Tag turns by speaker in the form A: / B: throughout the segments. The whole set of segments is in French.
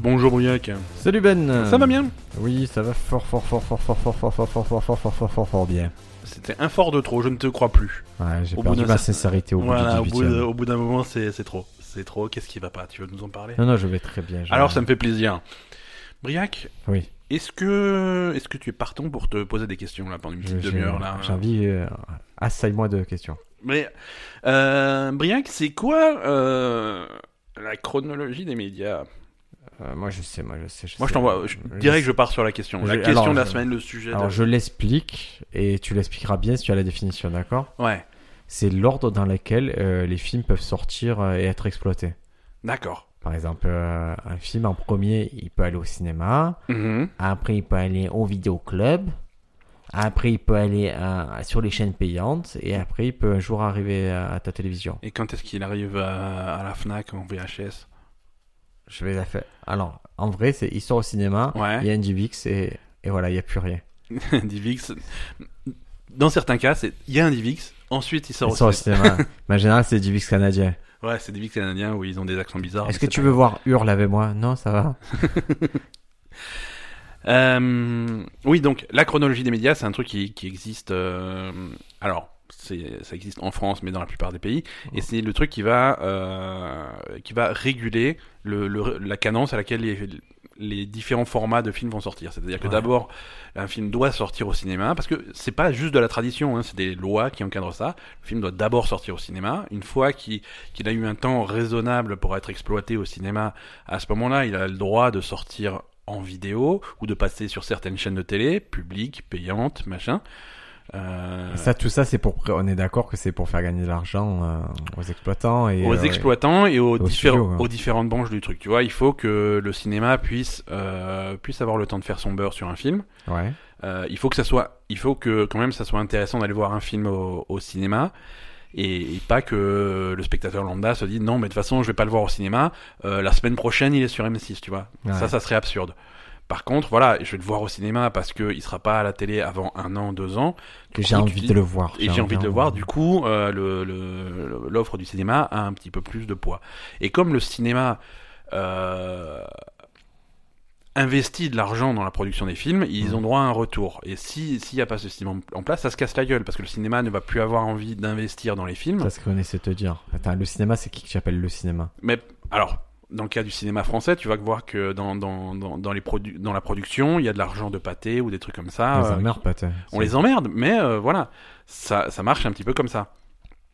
A: Bonjour Briac.
B: Salut Ben
A: Ça va bien
B: Oui, ça va fort fort fort fort fort fort fort fort fort fort fort fort fort fort fort bien.
A: C'était un fort de trop, je ne te crois plus.
B: Ouais, j'ai
A: Au
B: perdu
A: bout d'un
B: ma
A: cer-
B: sincérité au bout
A: voilà, au
B: du
A: bout
B: 18
A: de- au bout d'un moment, c'est c'est trop. C'est trop, qu'est-ce qui va pas Tu veux nous en parler
B: Non, non, je vais très bien. Euh, je-
A: Alors ça me fait plaisir. Briac,
B: Oui.
A: est-ce que, est que tu es partant pour te poser des questions là pendant une
B: je-
A: petite
B: j'ai-
A: demi-heure là
B: J'ai envie... euh, Assaille-moi de questions.
A: Mais euh, Briac, c'est quoi euh, la chronologie des médias
B: Euh, moi, je sais, moi, je sais.
A: Moi,
B: sais.
A: je t'envoie. Je dirais que je pars sur la question. La
B: Je-
A: question
B: alors,
A: de la
B: je-
A: semaine, le sujet. de-
B: Alors, je l'explique, et tu l'expliqueras bien si tu as la définition, d'accord
A: Ouais,
B: C'est l'ordre dans lequel euh, les films peuvent sortir euh, et être exploités.
A: d'accord.
B: Par exemple, euh, un film en premier, il peut aller au cinéma.
A: Mhm.
B: Après, il peut aller au vidéoclub. Après, il peut aller euh, sur les chaînes payantes. Et après, il peut un jour arriver à, à ta télévision.
A: Et quand est-ce qu'il arrive à, à la Fnac en VHS
B: Je vais la faire. Alors, en vrai, c'est il sort au cinéma.
A: Ouais.
B: Il y a Indivix et, et voilà, il n'y a plus rien.
A: Divix. Dans certains cas, c'est il y a un Divix. Ensuite, il sort.
B: Il
A: au
B: sort au
A: cinéma.
B: cinéma. Mais en général, c'est Indivix canadien.
A: Ouais, c'est Divix canadiens où ils ont des accents bizarres.
B: Est-ce que
A: mais
B: tu
A: c'est
B: veux voir Hurle avec moi Non, ça va.
A: pas- Euh, Oui, donc la chronologie des médias, c'est un truc qui, qui existe. euh, Alors. c'est- Ça existe en France, mais dans la plupart des pays, et c'est le truc qui va euh, qui va réguler le, le- la cadence à laquelle les, les différents formats de films vont sortir. C'est-à-dire que
B: Ouais.
A: d'abord, un film doit sortir au cinéma, parce que c'est pas juste de la tradition, hein, c'est des lois qui encadrent ça. Le film doit d'abord sortir au cinéma. Une fois qu'il qu'il a eu un temps raisonnable pour être exploité au cinéma, à ce moment-là, il a le droit de sortir en vidéo ou de passer sur certaines chaînes de télé, publiques, payantes, machin. Euh,
B: Ça, tout ça, c'est pour. pré- On est d'accord que c'est pour faire gagner de l'argent euh, aux exploitants et
A: aux
B: euh,
A: exploitants et aux,
B: aux
A: différents-
B: studios, hein. ouais.
A: aux différentes branches du truc. Tu vois, il faut que le cinéma puisse, euh, puisse avoir le temps de faire son beurre sur un film.
B: Ouais.
A: Euh, il faut que ça soit, il faut que quand même ça soit intéressant d'aller voir un film au, au cinéma et, et pas que le spectateur lambda se dise non mais de toute façon je vais pas le voir au cinéma. euh, la semaine prochaine il est sur M6, tu vois.
B: Ouais.
A: Ça, ça serait absurde. Par contre, voilà, je vais le voir au cinéma parce que il sera pas à la télé avant un an, deux ans.
B: Que
A: Du
B: j'ai
A: coup,
B: envie
A: tu-
B: de le voir.
A: et j'ai envie de le voir. Du coup, euh, le- le- l'offre du cinéma a un petit peu plus de poids. Et comme le cinéma euh, investit de l'argent dans la production des films, ils ont droit à un retour. Et si- s'il n'y a pas ce système en en place, ça se casse la gueule parce que le cinéma ne va plus avoir envie d'investir dans les films.
B: C'est ce qu'on essaie de te dire. Attends, le cinéma, c'est qui que tu appelles le cinéma
A: Mais alors, dans le cas du cinéma français, tu vas voir que dans, dans, dans, dans les produ- dans la production, il y a de l'argent de pâté ou des trucs comme ça.
B: Les
A: euh,
B: emmerde, pas toi.
A: on les emmerde, mais euh, voilà, ça, ça marche un petit peu comme ça.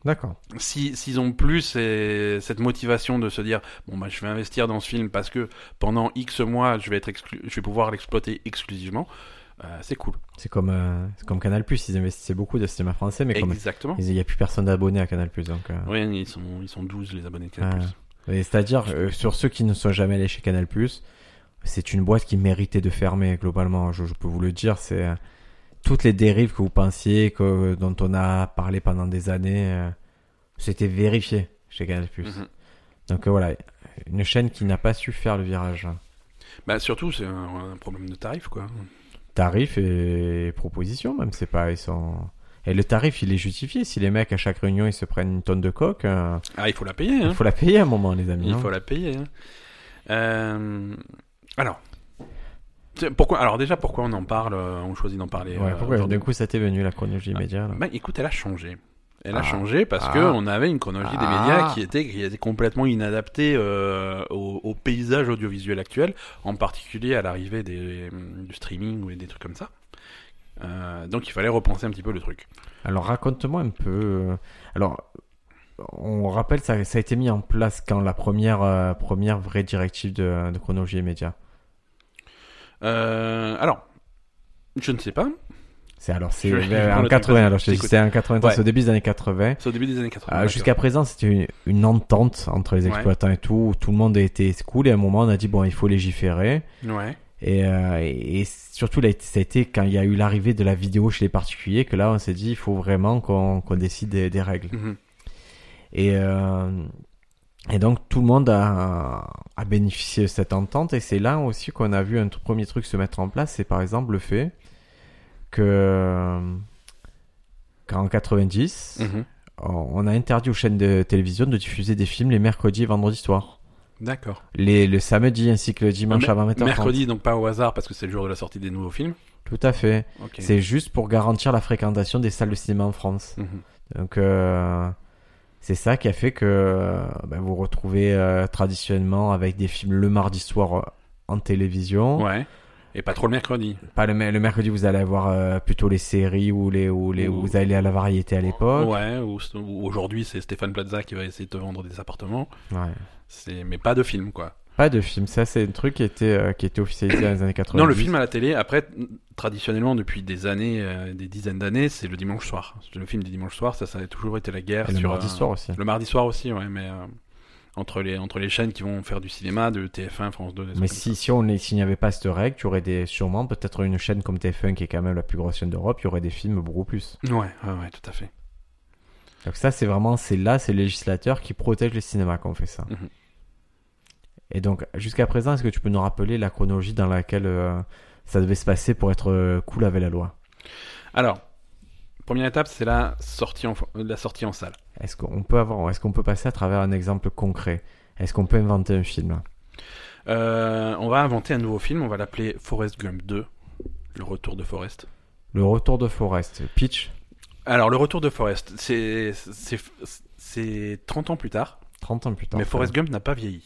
B: D'accord.
A: si- s'ils ont plus ces- cette motivation de se dire bon bah je vais investir dans ce film parce que pendant X mois je vais être exclu- je vais pouvoir l'exploiter exclusivement, euh, c'est cool.
B: C'est comme, euh, c'est comme Canal Plus. Ils investissaient beaucoup dans le cinéma français, mais comme
A: Exactement.
B: il n'y a plus personne d'abonné à Canal Plus. Donc, euh,
A: Oui, ils sont ils sont 12 les abonnés de Canal+.
B: Ouais. et C'est-à-dire, euh, sur ceux qui ne sont jamais allés chez Canal Plus, c'est une boîte qui méritait de fermer globalement. Je, je peux vous le dire. C'est euh, toutes les dérives que vous pensiez, que, dont on a parlé pendant des années, euh, c'était vérifié chez Canal Plus.
A: Mhm.
B: Donc euh, voilà, une chaîne qui n'a pas su faire le virage.
A: Bah surtout c'est un, un problème de tarif quoi.
B: tarif et proposition même c'est pas ils sont et le tarif il est justifié si les mecs à chaque réunion ils se prennent une tonne de coke euh,
A: Ah il faut la payer.
B: il
A: Hein.
B: faut la payer à un moment les amis
A: Il
B: hein.
A: faut la payer. hein. Euh, alors c'est- pourquoi alors déjà pourquoi on en parle euh, on choisit d'en parler.
B: Ouais,
A: euh,
B: pourquoi
A: aujourd'hui
B: d'un coup ça t'est venu la chronologie média là
A: Ben, écoute, elle a changé. Elle a
B: Bah, Ah.
A: changé parce
B: Ah.
A: que on avait une chronologie des
B: Ah.
A: médias qui était, qui était complètement inadaptée euh, au, au paysage audiovisuel actuel, en particulier à l'arrivée des- du streaming ou des trucs comme ça. Euh, donc il fallait repenser un petit peu le truc.
B: alors raconte-moi un peu euh, alors on rappelle ça, ça a été mis en place quand la première euh, première vraie directive de, de chronologie média
A: Euh, alors, je ne sais pas,
B: c'est alors c'est
A: Je- je
B: euh,
A: prends
B: en
A: le truc,
B: 80
A: vas-y,
B: alors je te dis,
A: t'écoute.
B: c'était en 80 c'est
A: Ouais.
B: au début des années 80
A: c'est au début des années 80.
B: Euh,
A: d'accord.
B: Jusqu'à présent, c'était une, une entente entre les
A: Ouais.
B: exploitants et tout. où Tout le monde était cool. Et à un moment, on a dit bon, il faut légiférer.
A: Ouais.
B: Et, euh, et, et surtout, là, ça a été quand il y a eu l'arrivée de la vidéo chez les particuliers que là, on s'est dit il faut vraiment qu'on qu'on décide des, des règles.
A: Mhm.
B: Et, euh, et donc, tout le monde a, a bénéficié de cette entente. Et c'est là aussi qu'on a vu un tout premier truc se mettre en place. C'est par exemple le fait que euh, qu'en 90,
A: Mhm.
B: on on a interdit aux chaînes de télévision de diffuser des films les mercredis et vendredis soirs.
A: D'accord.
B: les, le samedi ainsi que le dimanche
A: Ah,
B: à 20h30.
A: Mercredi, donc pas au hasard parce que c'est le jour de la sortie des nouveaux films.
B: Tout à fait.
A: Ok.
B: C'est juste pour garantir la fréquentation des salles de cinéma en France.
A: Mhm.
B: Donc euh, c'est ça qui a fait que euh, ben, vous retrouvez euh, traditionnellement avec des films le mardi soir euh, en télévision.
A: Ouais. Et pas trop le mercredi.
B: Pas le, mer- le mercredi, vous allez avoir euh, plutôt les séries ou les ou les
A: Ou-
B: où vous allez à la variété à l'époque.
A: Ouais, ou, ou aujourd'hui c'est Stéphane Plaza qui va essayer de te vendre des appartements.
B: Ouais.
A: C'est mais pas de film quoi.
B: Pas de film, ça c'est un truc qui était euh, qui était officialisé dans les années 80.
A: Non, le film à la télé. Après, traditionnellement depuis des années, euh, des dizaines d'années, c'est le dimanche soir. C'est Le film du dimanche soir, ça, ça a toujours été la guerre.
B: le
A: sur,
B: mardi
A: euh,
B: soir aussi.
A: Le mardi soir aussi, ouais, mais euh, entre les entre les chaînes qui vont faire du cinéma, de TF1, France 2. des
B: Mais
A: trucs
B: si, si on est- s'il n'y avait pas cette règle, tu aurais des, sûrement peut-être une chaîne comme TF1 qui est quand même la plus grosse chaîne d'Europe, il y aurait des films beaucoup plus.
A: comme ça. Ouais, ouais, ouais, tout à fait.
B: Donc ça, c'est vraiment, c'est là, c'est le législateur qui protège les cinémas quand on fait ça.
A: Mhm.
B: Et donc, jusqu'à présent, est-ce que tu peux nous rappeler la chronologie dans laquelle euh, ça devait se passer pour être euh, cool avec la loi
A: Alors, première étape, c'est la sortie en la sortie en salle.
B: Est-ce qu'on peut avoir, est-ce qu'on peut passer à travers un exemple concret Est-ce qu'on peut inventer un film
A: Euh, on va inventer un nouveau film. On va l'appeler Forrest Gump 2, le retour de Forrest.
B: Le retour de Forrest, pitch,
A: Alors, le retour de Forrest, c'est c'est- c'est 30 ans plus tard,
B: 30 ans plus tard.
A: mais Forrest Gump n'a pas vieilli.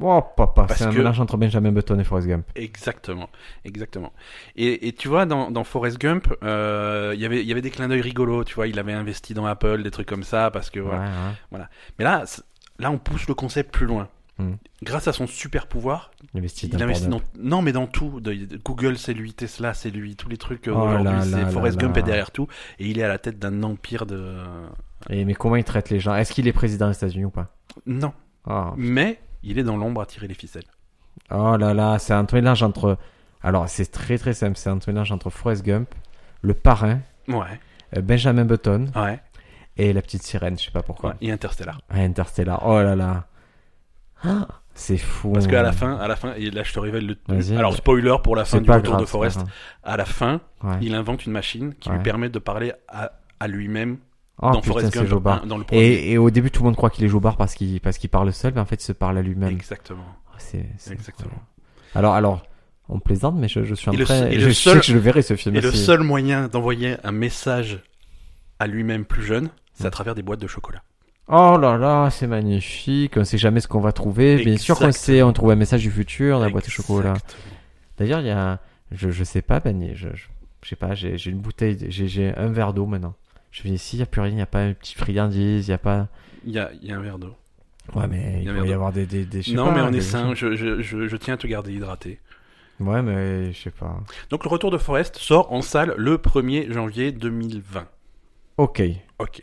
B: Oh papa,
A: Parce
B: c'est un
A: que-
B: mélange entre Benjamin Button et Forrest Gump.
A: Exactement, exactement. Et, et tu vois, dans, dans Forrest Gump, euh, il y avait- il y avait des clins d'œil rigolos, tu vois, il avait investi dans Apple, des trucs comme ça, parce que voilà.
B: Ouais, ouais.
A: Mais là, c'est- là, on pousse le concept plus loin.
B: Mm.
A: Grâce à son super pouvoir,
B: Il investit
A: il
B: dans
A: investit
B: Pornhub.
A: dans non mais dans tout. De- de- Google c'est lui, Tesla c'est lui, tous les trucs euh,
B: Oh là
A: aujourd'hui,
B: là
A: c'est
B: là
A: Forrest
B: là.
A: Gump est derrière tout et il est à la tête d'un empire de
B: Et mais comment il traite les gens Est-ce qu'il est président des États-Unis ou pas
A: non.
B: Ah.
A: Mais il est dans l'ombre à tirer les ficelles.
B: Oh là là, c'est un mélange entre. Alors c'est très très simple, c'est un mélange entre Forrest Gump, le parrain,
A: Ouais,
B: euh, Benjamin Button
A: ouais,
B: et la petite sirène, je sais pas pourquoi.
A: ouais. Et Interstellar.
B: Ah, Interstellar, oh là là. Ah, c'est fou.
A: Parce qu'à la fin, à la fin, et là je te révèle le.
B: Euh, Vas-y.
A: Alors spoiler pour la fin
B: c'est
A: du
B: pas
A: retour
B: grave,
A: de Forrest.
B: c'est pas
A: À la fin,
B: grave. Ouais.
A: il invente une machine qui lui
B: Ouais.
A: permet de parler à, à lui-même
B: Oh
A: dans
B: putain,
A: Forrest
B: c'est
A: Gump
B: Jobard.
A: 1, dans le premier.
B: Et, et au début, tout le monde croit qu'il est Jobard parce qu'il parce qu'il parle seul, mais en fait, il se parle à lui-même.
A: Exactement.
B: Oh, c'est c'est
A: Exactement.
B: incroyable. Alors, alors, on plaisante, mais je, je suis en
A: Et le
B: train.
A: se- et
B: je
A: le
B: sais
A: seul-
B: que je le verrai ce film.
A: Et le
B: aussi.
A: seul moyen d'envoyer un message à lui-même plus jeune, c'est à travers des boîtes de chocolat.
B: Oh là là, c'est magnifique. On sait jamais ce qu'on va trouver. Bien sûr qu'on
A: Exactement.
B: sait. On trouve un message du futur dans la boîte de
A: Exactement.
B: chocolat. D'ailleurs, il y a. un- Je, je sais pas, Ben. Je, je, je sais pas. J'ai j'ai une bouteille. de- J'ai j'ai un verre d'eau maintenant. Je vais ici. Il y a plus rien. Il y a pas une petite friandise. Il y a pas.
A: Il y a, il y a un verre d'eau.
B: Ouais, mais
A: Il y
B: il
A: a un
B: pourrait
A: verre
B: y
A: d'eau.
B: avoir des. des, des je sais
A: Non,
B: pas,
A: mais on
B: des-
A: est sain. Je, je, je, je tiens à te garder hydraté.
B: Ouais, mais je sais pas.
A: Donc le retour de Forrest sort en salle le 1er janvier 2020.
B: Ok.
A: Ok.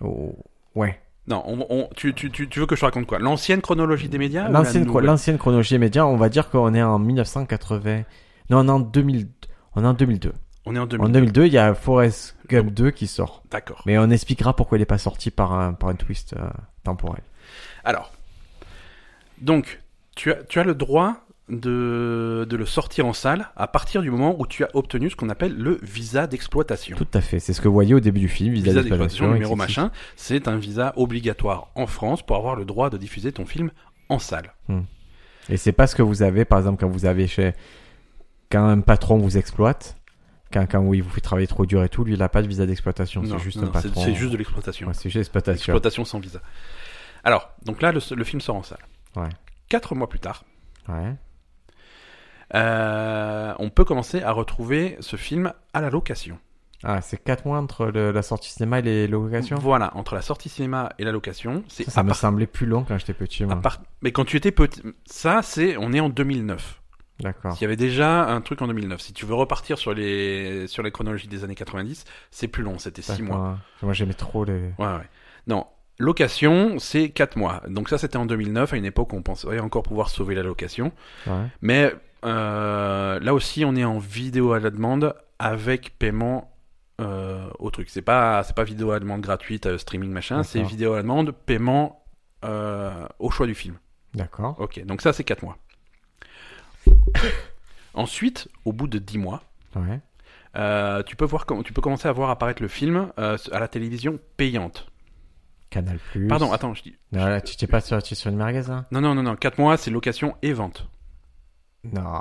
B: Oh, Ouais.
A: Non, on, on- tu, tu, tu, tu veux que je te raconte quoi L'ancienne chronologie des médias ou
B: L'ancienne
A: la
B: chro-
A: nouvelle
B: l'ancienne chronologie média, on va dire qu'on est en 1980. Non, on est en 2000. On est en 2002.
A: On est en
B: En
A: 2000.
B: 2002, il y a Forrest Gump 2 qui sort.
A: D'accord.
B: Mais on expliquera pourquoi il n'est pas sorti par un, par un twist euh, temporel.
A: Alors, donc, tu as, tu as le droit de, de le sortir en salle à partir du moment où tu as obtenu ce qu'on appelle le visa d'exploitation.
B: Tout à fait, c'est ce que vous voyez au début du film,
A: Visa
B: vis-à-vis
A: d'exploitation numéro machin, c'est un visa obligatoire en France pour avoir le droit de diffuser ton film en salle.
B: Et c'est pas ce que vous avez, par exemple, quand vous avez chez. Quand un patron vous exploite, quand, quand oui, vous fait travailler trop dur et tout, lui, il n'a pas de visa d'exploitation.
A: Non,
B: C'est juste
A: non,
B: un
A: non, c'est-
B: patron.
A: c'est juste de l'exploitation.
B: Ouais, c'est juste exploitation.
A: Exploitation sans visa. Alors, donc là, le, le film sort en salle.
B: Ouais.
A: Quatre mois plus tard,
B: Ouais.
A: euh, on peut commencer à retrouver ce film à la location.
B: Ah, c'est 4 mois entre le- la sortie cinéma et les locations
A: Voilà, entre la sortie cinéma et la location, c'est
B: Ça,
A: à
B: ça me
A: part-
B: semblait plus long quand j'étais petit,
A: à
B: moi.
A: part- Mais quand tu étais petit, ça c'est, on est en 2009.
B: D'accord.
A: Il y avait déjà un truc en 2009. Si tu veux repartir sur les sur les chronologies des années 90, c'est plus long, c'était 6
B: D'accord.
A: mois.
B: Moi, j'aimais trop les.
A: Ouais, ouais. Non, location, c'est 4 mois. Donc ça, c'était en 2009, à une époque où on pensait encore pouvoir sauver la location.
B: Ouais.
A: Mais euh, là aussi, on est en vidéo à la demande avec paiement euh, au truc. C'est pas, c'est pas vidéo à la demande gratuite, euh, streaming, machin. C'est
B: D'accord.
A: vidéo à la demande, paiement euh, au choix du film.
B: D'accord.
A: Ok, donc ça, c'est 4 mois. Ensuite, au bout de 10 mois,
B: Ouais.
A: euh, tu peux voir, com- tu peux commencer à voir apparaître le film euh, à la télévision payante.
B: Canal Plus.
A: Pardon, attends, je dis.
B: Non, là, tu t'es pas sur, tu es sur une merguez, hein?
A: Non,
B: là
A: non, non, non. 4 mois, c'est location et vente.
B: Non.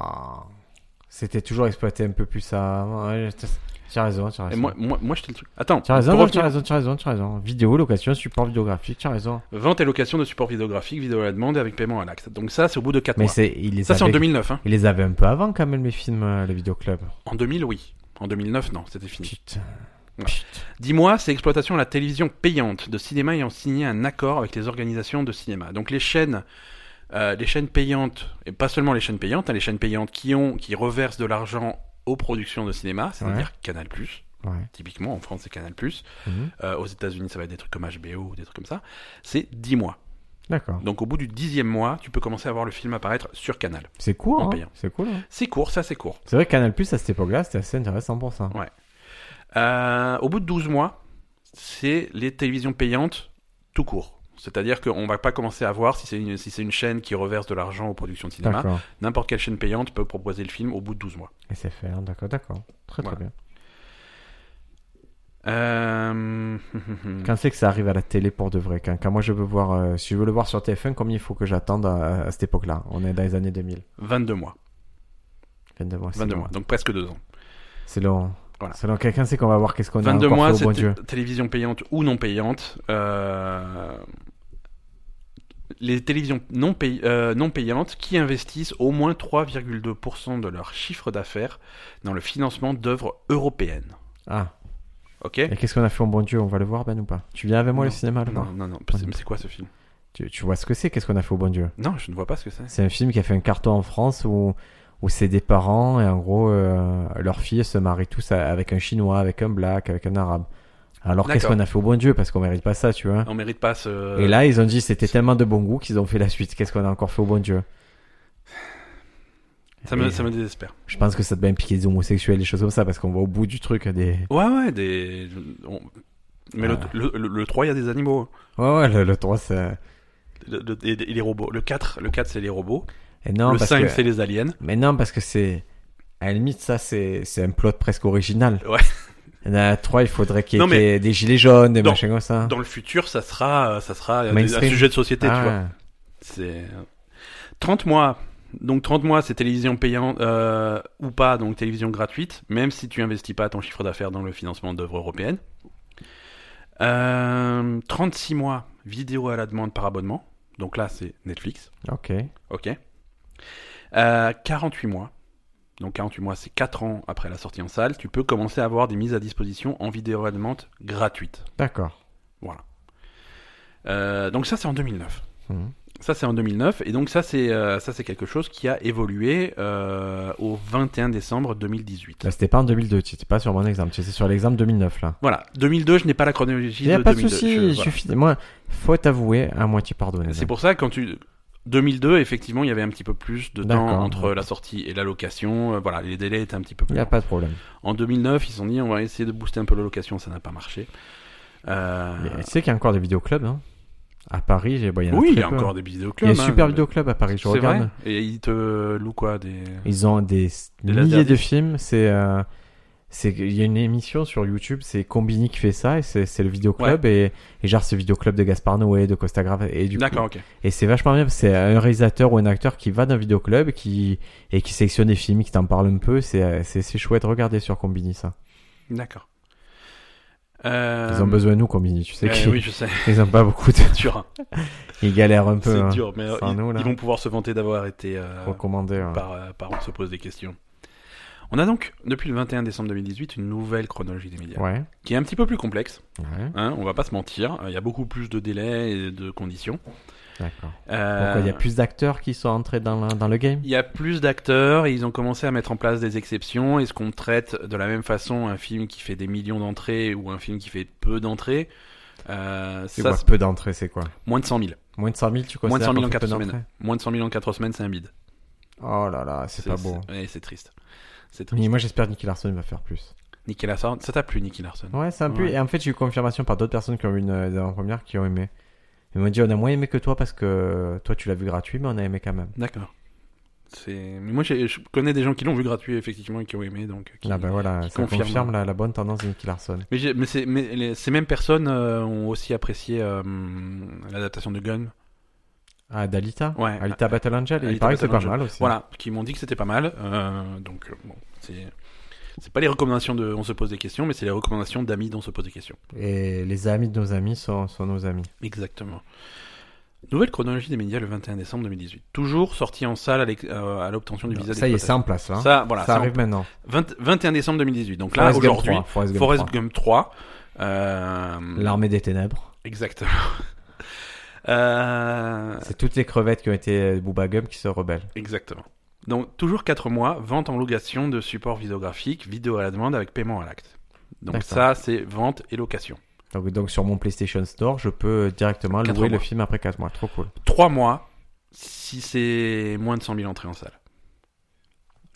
B: C'était toujours exploité un peu plus avant. Ouais, t'as- tu as raison, tu as
A: Et
B: raison.
A: moi, moi, moi j'étais le truc. Attends,
B: Tu as raison,
A: pour
B: non, tu
A: revenir-
B: as raison, tu as raison, tu as raison. Vidéo, location, support vidéographique, tu as raison.
A: vente et location de support vidéographique, vidéo à la demande et avec paiement à l'acte. Donc ça, c'est au bout de 4
B: Mais
A: mois.
B: c'est, il les
A: Ça, c'est en
B: avait-
A: 2009. Hein.
B: il les avait un peu avant quand même les films, euh, le vidéoclub.
A: En 2000, oui. En 2009, non, c'était fini.
B: Putain.
A: Mmh. Ouais.
B: Putain.
A: 10 mois, c'est exploitation à la télévision payante de cinéma ayant signé un accord avec les organisations de cinéma. Donc les chaînes, euh, les chaînes payantes, et pas seulement les chaînes payantes, hein, les chaînes payantes qui ont, qui reversent de l'argent aux productions de cinéma, c'est-à-dire Canal+,
B: Ouais.
A: typiquement en France c'est Canal+,
B: Mhm.
A: euh, aux États-Unis ça va être des trucs comme HBO ou des trucs comme ça, c'est 10 mois.
B: D'accord.
A: Donc au bout du dixième mois, tu peux commencer à voir le film apparaître sur Canal.
B: C'est court,
A: En
B: hein.
A: payant.
B: C'est cool, hein.
A: C'est court, ça c'est court.
B: C'est vrai que Canal Plus à cette époque-là, c'était assez intéressant pour ça.
A: Euh, au bout de 12 mois, c'est les télévisions payantes tout court. C'est-à-dire qu'on va pas commencer à voir si c'est une, si c'est une chaîne qui reverse de l'argent aux productions de cinéma.
B: D'accord.
A: N'importe quelle chaîne payante peut proposer le film au bout de 12 mois.
B: SFR, d'accord, d'accord. Très très
A: Voilà.
B: bien.
A: Euh...
B: Quand c'est que ça arrive à la télé pour de vrai Quand, quand moi je veux voir, euh, si je veux le voir sur TF1, combien il faut que j'attende à, à cette époque-là On est dans les années 2000.
A: 22 mois.
B: 22 mois. c'est
A: 22
B: long.
A: mois, donc presque 2 ans.
B: C'est long.
A: Voilà.
B: C'est long. Quelqu'un sait qu'on va voir qu'est-ce qu'on a
A: 22
B: encore
A: mois,
B: fait au
A: c'est
B: bon
A: t-
B: Dieu.
A: télévision payante ou non payante. Euh, Les télévisions non, pay- euh, non payantes qui investissent au moins 3,2% de leur chiffre d'affaires dans le financement d'œuvres européennes.
B: Ah,
A: Ok
B: et qu'est-ce qu'on a fait au bon Dieu On va le voir, Ben ou pas Tu viens avec moi
A: Non.
B: le cinéma le
A: Non,
B: voir
A: non, non.
B: Pas
A: C'est,
B: du
A: c'est quoi ce film
B: tu, tu vois ce que c'est Qu'est-ce qu'on a fait au bon Dieu
A: Non, je ne vois pas ce que c'est.
B: C'est un film qui a fait un carton en France où, où c'est des parents et en gros, euh, leurs filles se marient tous à- avec un chinois, avec un black, avec un arabe. Alors qu'est-ce
A: D'accord. Euh,
B: qu'on a fait au bon Dieu Parce qu'on mérite pas ça, tu vois.
A: On mérite pas ce.
B: Et là, ils ont dit c'était tellement de bon goût qu'ils ont fait la suite. Qu'est-ce qu'on a encore fait au bon Dieu
A: ça, me,
B: Et
A: ça me désespère.
B: Je pense que ça devait impliquer des homosexuels, des choses comme ça, parce qu'on va au bout du truc. Des...
A: Ouais, ouais, des. on- Mais le-
B: Ah.
A: le, le, le 3, il y a des animaux. hein.
B: Ouais, ouais, le, le 3, c'est.
A: Le, le- et- et les robots. Le 4, le 4 c'est les robots.
B: Et non,
A: le
B: parce
A: 5,
B: que-
A: c'est les aliens.
B: Mais non, parce que c'est. À la limite, ça, c'est c'est un plot presque original.
A: Ouais.
B: Dans la 3, il faudrait qu'il y ait
A: Non, mais-
B: qu'il y ait des gilets jaunes, des
A: Dans-
B: machins comme ça.
A: Dans le futur, ça sera, ça sera un
B: Hein. Mainstream.
A: sujet de société, tu
B: Ah.
A: vois. C'est. 30 mois. Donc 30 mois, c'est télévision payante euh, ou pas, donc télévision gratuite, même si tu investis pas ton chiffre d'affaires dans le financement d'œuvres européennes. Euh, 36 mois, vidéo à la demande par abonnement. Donc là, c'est Netflix.
B: Ok.
A: OK. Euh, 48 mois. Donc 48 mois, c'est 4 ans après la sortie en salle. Tu peux commencer à avoir des mises à disposition en vidéo à la demande gratuite.
B: D'accord.
A: Voilà. Euh, donc ça, c'est en 2009.
B: Mhm.
A: Ça, c'est en 2009, et donc ça, c'est euh, ça, c'est quelque chose qui a évolué euh, au 21 décembre 2018.
B: Là, c'était pas en 2002, tu étais pas sur mon exemple, tu étais sur l'exemple 2009, là.
A: Voilà, 2002, je n'ai pas la chronologie
B: Il n'y a
A: de
B: pas de
A: 2002.
B: souci,
A: je-
B: il
A: voilà.
B: suffit. Moi, faut t'avouer à moitié pardonné.
A: C'est pour ça quand tu 2002, effectivement, il y avait un petit peu plus de temps
B: D'accord.
A: entre la sortie et la location. euh, voilà, les délais étaient un petit peu
B: Il
A: plus.
B: n'y a
A: longs.
B: pas de problème.
A: En 2009, ils se sont dit, on va essayer de booster un peu la location, ça n'a pas marché. Euh,
B: Mais Tu sais qu'il y a encore des vidéoclubs, hein À Paris, j'ai- bon, il y en a
A: Oui,
B: très
A: il y a
B: peu.
A: encore des vidéoclubs.
B: Il y a
A: hein,
B: super
A: mais-
B: vidéoclub à Paris, je
A: C'est
B: regarde.
A: vrai. Et ils te louent quoi des.
B: Ils ont des,
A: Des
B: milliers
A: lasers.
B: de films. C'est, euh, c'est, il y a une émission sur YouTube, c'est Combini qui fait ça, et c'est, c'est le vidéoclub, et, et genre c'est le vidéoclub de Gaspar Noé, de Costa Grave, et du coup-
A: D'accord, ok.
B: et c'est vachement bien, parce que c'est un réalisateur ou un acteur qui va d'un vidéoclub, qui, et qui sélectionne des films, qui t'en parle un peu, c'est, euh, c'est, c'est chouette, regardez sur Combini ça.
A: D'accord. Euh,
B: Ils ont besoin de nous, Combini, tu sais
A: euh,
B: qu'ils,
A: oui, je sais.
B: ils ont pas beaucoup de,
A: C'est dur. hein.
B: ils galèrent un peu,
A: C'est
B: hein,
A: dur, mais euh,
B: sans
A: ils,
B: nous, là.
A: ils vont pouvoir se vanter d'avoir été euh,
B: recommandés, hein.
A: par, euh, par on se pose des questions. On a donc, depuis le 21 décembre 2018, une nouvelle chronologie des médias,
B: Ouais.
A: qui est un petit peu plus complexe,
B: Ouais.
A: hein, on va pas se mentir, il y a beaucoup plus de délais et de conditions.
B: D'accord.
A: Euh,
B: Pourquoi il y a plus d'acteurs qui sont entrés dans, la- dans le game?
A: il y a plus d'acteurs et ils ont commencé à mettre en place des exceptions. Est-ce qu'on traite de la même façon un film qui fait des millions d'entrées ou un film qui fait peu d'entrées Euh,
B: C'est
A: Ça,
B: quoi,
A: c'est
B: peu d'entrées, c'est quoi?
A: moins de 100 000.
B: Moins de 100 000, tu
A: Moins
B: considères
A: de 100 000
B: qu'on
A: en
B: fait
A: 4
B: peu
A: semaines.
B: d'entrées
A: Moins de 100 000 en 4 semaines, c'est un bide.
B: Oh là là, c'est pas beau. hein.
A: c'est- ouais, c'est triste. C'est triste.
B: Mais moi j'espère que Nicky Larson il va faire plus.
A: Nicky Larson, ça t'a plu Nicky Larson
B: Ouais, c'est un peu.
A: Ouais.
B: Et en fait, j'ai eu confirmation par d'autres personnes qui ont eu une avant première qui ont aimé. Ils m'ont dit on a moins aimé que toi parce que toi tu l'as vu gratuit, mais on a aimé quand même.
A: D'accord. C'est... mais Moi, j'ai- je connais des gens qui l'ont vu gratuit, effectivement, et qui ont aimé. Donc, euh, qui-
B: Là, ben voilà,
A: qui
B: ça confirme,
A: confirme.
B: la, la bonne tendance de Nicky Larson.
A: Mais, j'ai- mais c'est- mais les- ces mêmes personnes euh, ont aussi apprécié euh, l'adaptation de Gun.
B: Ah, d'Alita
A: Ouais.
B: Alita Battle Angel, il
A: Alita
B: paraît que c'est
A: Battle
B: pas
A: Angel.
B: mal aussi.
A: Voilà, qui m'ont dit que c'était pas mal. euh, donc, euh, bon, c'est. C'est pas les recommandations de On se pose des questions, mais c'est les recommandations d'amis dont on se pose des questions.
B: Et les amis de nos amis sont, sont nos amis.
A: Exactement. Nouvelle chronologie des médias le 21 décembre 2018. Toujours sorti en salle à l'ex- euh, à l'obtention du visa
B: ça y est,
A: d'exploitation.
B: ça en place là.
A: Ça, voilà, ça,
B: ça arrive maintenant.
A: 20 21 décembre 2018. Donc là,
B: Forrest Gump
A: aujourd'hui,
B: 3, Forrest Gump
A: Forest
B: 3.
A: Gump 3. euh,
B: L'armée des ténèbres.
A: Exactement. Euh,
B: C'est toutes les crevettes qui ont été euh, Booba Gum qui se rebellent.
A: Exactement. Donc, toujours 4 mois, vente en location de support vidéographique, vidéo à la demande avec paiement à l'acte. Donc,
B: D'accord.
A: ça, c'est vente et location.
B: Donc, donc sur mon PlayStation Store, je peux directement
A: Quatre
B: louer le
A: mois.
B: film après 4 mois. Trop cool.
A: 3 mois, si c'est moins de 100 000 entrées en salle.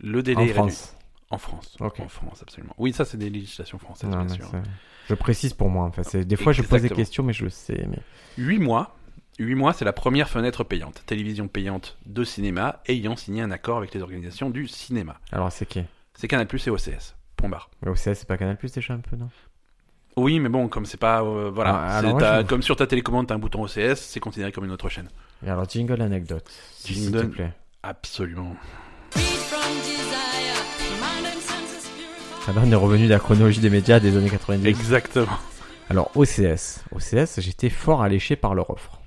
A: Le délai
B: en
A: est réduit.
B: France.
A: En France.
B: Ok.
A: En France, absolument. Oui, ça, c'est des législations françaises,
B: Non,
A: bien
B: mais
A: sûr.
B: c'est- je précise pour moi en fait. C'est- Des fois, je pose des
A: Exactement.
B: questions, mais je sais. Mais...
A: 8 mois. 8 mois, c'est la première fenêtre payante. Télévision payante de cinéma ayant signé un accord avec les organisations du cinéma.
B: Alors, c'est qui
A: C'est Canal Plus et OCS. Point barre.
B: Mais OCS, c'est pas Canal Plus déjà un peu, non
A: Oui, mais bon, comme c'est pas. euh, voilà.
B: Ah,
A: C'est
B: alors moi,
A: ta-
B: je-
A: Comme sur ta télécommande, t'as un bouton OCS, c'est considéré comme une autre chaîne.
B: Et alors, jingle anecdote. S'il te
A: Jingle.
B: plaît.
A: Absolument.
C: Freed from desire, mind and senses purified.
B: Ah ben, on est revenu de la chronologie des médias des années 90.
A: Exactement.
B: Alors OCS, OCS, j'étais fort alléché par leur offre.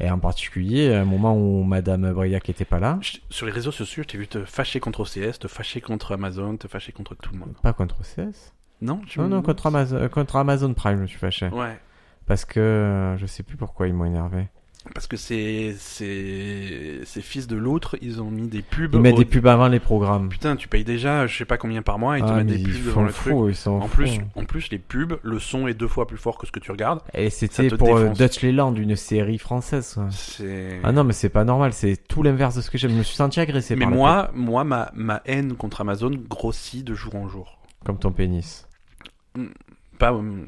B: Et en particulier, à un moment où Madame Briac était pas là,
A: Je- Sur les réseaux sociaux, je t'ai vu te fâcher contre OCS, te fâcher contre Amazon, te fâcher contre tout le monde.
B: pas contre OCS.
A: Non je- Oh.
B: Non, non, contre Amazon, euh, contre Amazon Prime, je me suis fâché.
A: Ouais.
B: Parce que euh, je sais plus pourquoi ils m'ont énervé.
A: Parce que ces, ces, ces fils de l'autre, ils ont mis des pubs.
B: Ils mettent
A: au-
B: des pubs avant les programmes.
A: Putain, tu payes déjà je sais pas combien par mois, ils te
B: Ah,
A: mettent
B: mais
A: des
B: ils
A: pubs
B: font
A: devant
B: le
A: le truc.
B: fou, ils sont
A: En plus,
B: fous.
A: en plus, les pubs, le son est deux fois plus fort que ce que tu regardes.
B: Et c'était
A: te
B: pour euh,
A: défonce.
B: Dutch Leyland, une série française. quoi.
A: C'est.
B: Ah non, mais c'est pas normal, c'est tout l'inverse de ce que j'aime. Je me suis senti agressé
A: Mais
B: par la
A: moi, moi ma, ma haine contre Amazon grossit de jour en jour.
B: pub, comme ton pénis.
A: Pas, euh,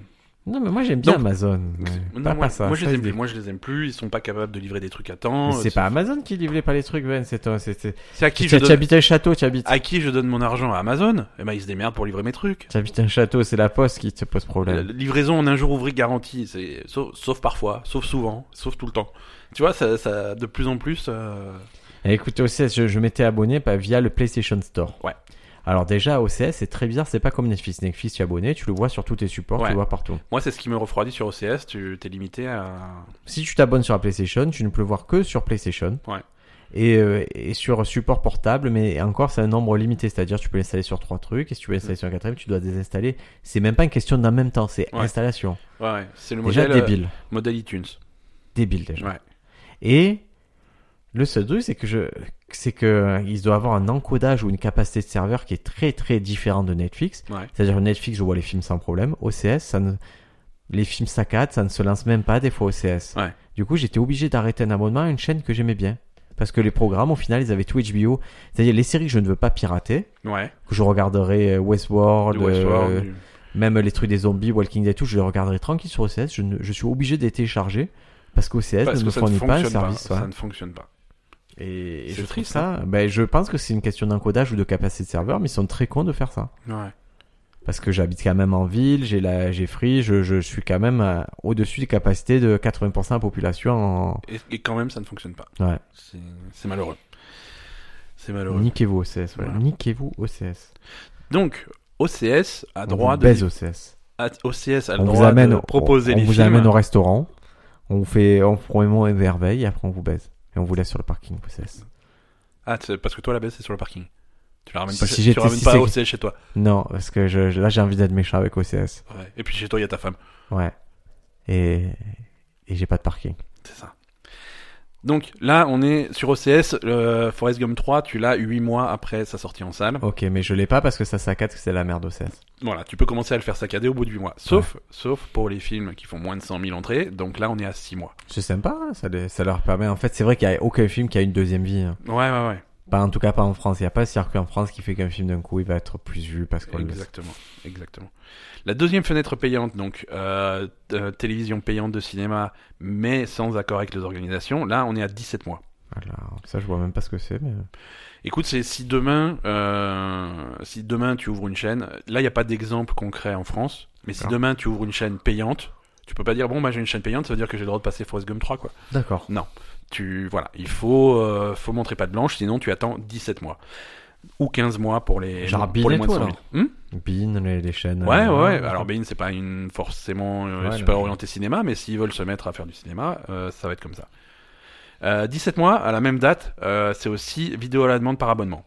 B: Non, mais moi j'aime bien
A: Donc-
B: Amazon. mais
A: non,
B: pas,
A: moi,
B: pas ça.
A: moi, je
B: ça,
A: les
B: ils
A: aime plus. Moi, je les aime plus. Ils sont pas capables de livrer des trucs à
B: Mais
A: temps.
B: c'est pas Amazon qui livrait pas les trucs, Ben. C'est toi. c'est- c'est-
A: C'est à qui
B: Tu
A: je
B: tu
A: donne,
B: habites un château, tu habites.
A: à qui je donne mon argent à Amazon Eh ben, ils se démerdent pour livrer mes trucs.
B: Tu habites un château, c'est la poste qui te pose
A: La-
B: problème.
A: la Livraison en un jour ouvri garantie. C'est sauf, sauf parfois, sauf souvent, sauf tout le temps. Tu vois, ça, ça de plus en plus. euh,
B: Et écoutez, OCS, je, je m'étais abonné bah, via le PlayStation Store.
A: Ouais.
B: Alors déjà, OCS, c'est très bizarre, c'est pas comme Netflix. Netflix, tu es abonné, tu le vois sur tous tes supports, tu
A: Ouais.
B: le vois partout.
A: Moi, c'est ce qui me refroidit sur OCS. Tu t'es limité à.
B: Si tu t'abonnes sur la PlayStation, tu ne peux le voir que sur PlayStation.
A: Ouais.
B: Et, euh, et sur support portable, mais encore c'est un nombre limité, c'est-à-dire tu peux l'installer sur trois trucs, et si tu veux l'installer sur un quatrième, tu dois désinstaller. C'est même pas une question d'en même temps, c'est
A: Ouais.
B: installation.
A: Ouais, ouais, c'est le
B: Déjà
A: modèle. euh,
B: débile,
A: Modèle iTunes.
B: débile déjà.
A: Ouais.
B: Et le seul truc, c'est que je, c'est que ils doivent avoir un encodage ou une capacité de serveur qui est très très différente de Netflix.
A: Ouais.
B: C'est-à-dire que Netflix, je vois les films sans problème. OCS, ça ne, les films saccadent, ça ne se lance même pas des fois OCS.
A: Ouais.
B: Du coup, j'étais obligé d'arrêter un abonnement à une chaîne que j'aimais bien. Parce que les programmes, au final, ils avaient tout HBO. C'est-à-dire les séries que je ne veux pas pirater,
A: Ouais.
B: que je regarderai euh, Westworld,
A: Du Westworld,
B: euh,
A: du-
B: même les trucs des zombies, Walking Dead, tout, je les regarderai tranquille sur OCS. Je, ne- je suis obligé de les télécharger parce qu'OCS
A: Parce
B: ne
A: que
B: me
A: ça ne
B: fournit pas un
A: fonctionne pas.
B: service. ouais.
A: Ça ne fonctionne pas.
B: Et,
A: C'est
B: et je trouve
A: triste, hein.
B: ça, ben, je pense que c'est une question d'encodage ou de capacité de serveur, mais ils sont très cons de faire ça.
A: Ouais.
B: Parce que j'habite quand même en ville, j'ai la, j'ai free, je, je suis quand même euh, au-dessus des capacités de 80% de la population en...
A: Et, et quand même, ça ne fonctionne pas.
B: Ouais.
A: C'est c'est malheureux. C'est malheureux.
B: Niquez-vous OCS, voilà.
A: Voilà.
B: Niquez-vous OCS.
A: Donc, OCS a
B: On
A: droit
B: vous
A: de.
B: baise OCS.
A: à- OCS a le
B: On vous
A: droit
B: amène,
A: de
B: au-
A: proposer
B: on,
A: les
B: vous
A: films.
B: amène au restaurant, on vous fait, on vous promet et merveille, et après on vous baise. Et on vous laisse sur le parking OCS.
A: Ah, c'est- parce que toi, la baisse, c'est sur le parking. Tu la ramènes
B: Si
A: pas,
B: si
A: chez-
B: j'étais-
A: tu ramènes
B: si
A: pas
B: c'est-
A: OCS chez toi.
B: Non, parce que je, je- là j'ai envie d'être méchant avec OCS.
A: Ouais. Et puis chez toi, il y a ta femme.
B: Ouais. Et, et j'ai pas de parking.
A: C'est ça. Donc là, on est sur OCS. euh, Forrest Gump 3, tu l'as 8 mois après sa sortie en salle.
B: Ok, mais je l'ai pas parce que ça saccade que c'est la merde OCS.
A: Voilà, tu peux commencer à le faire saccader au bout de 8 mois. Sauf, sauf pour les films qui font moins de 100 000 entrées. Donc là, on est à 6 mois.
B: C'est sympa, hein, ça, les- ça leur permet. En fait, c'est vrai qu'il n'y a aucun film qui a une deuxième vie. hein.
A: Ouais, ouais, ouais.
B: Pas, en tout cas, pas en France. Il n'y a pas de circuit en France qui fait qu'un film d'un coup il va être plus vu parce qu'on le laisse.
A: Exactement, exactement. La deuxième fenêtre payante, donc euh, t- euh, télévision payante de cinéma, mais sans accord avec les organisations, là on est à 17 mois.
B: Alors, ça, je vois même pas ce que c'est, mais. euh,
A: Écoute, c'est si demain, euh, si demain tu ouvres une chaîne, là il n'y a pas d'exemple concret en France, mais si
B: D'accord.
A: demain tu ouvres une chaîne payante, tu peux pas dire bon bah j'ai une chaîne payante, ça veut dire que j'ai le droit de passer Forrest Gump 3 quoi.
B: D'accord.
A: Tu voilà, il faut euh, faut montrer pas de blanche, sinon tu attends 17 mois ou 15 mois pour les
B: Genre
A: pour les
B: Bean et
A: moins de
B: tout,
A: 100 000. Hum
B: Bean, les, les chaînes.
A: Ouais, ouais,
B: euh,
A: ouais.
B: d'accord.
A: Alors, Bean, c'est pas une forcément euh,
B: Ouais,
A: super
B: non.
A: orientée cinéma, mais s'ils veulent se mettre à faire du cinéma, euh, ça va être comme ça. Euh, 17 mois, à la même date, euh, c'est aussi vidéo à la demande par abonnement.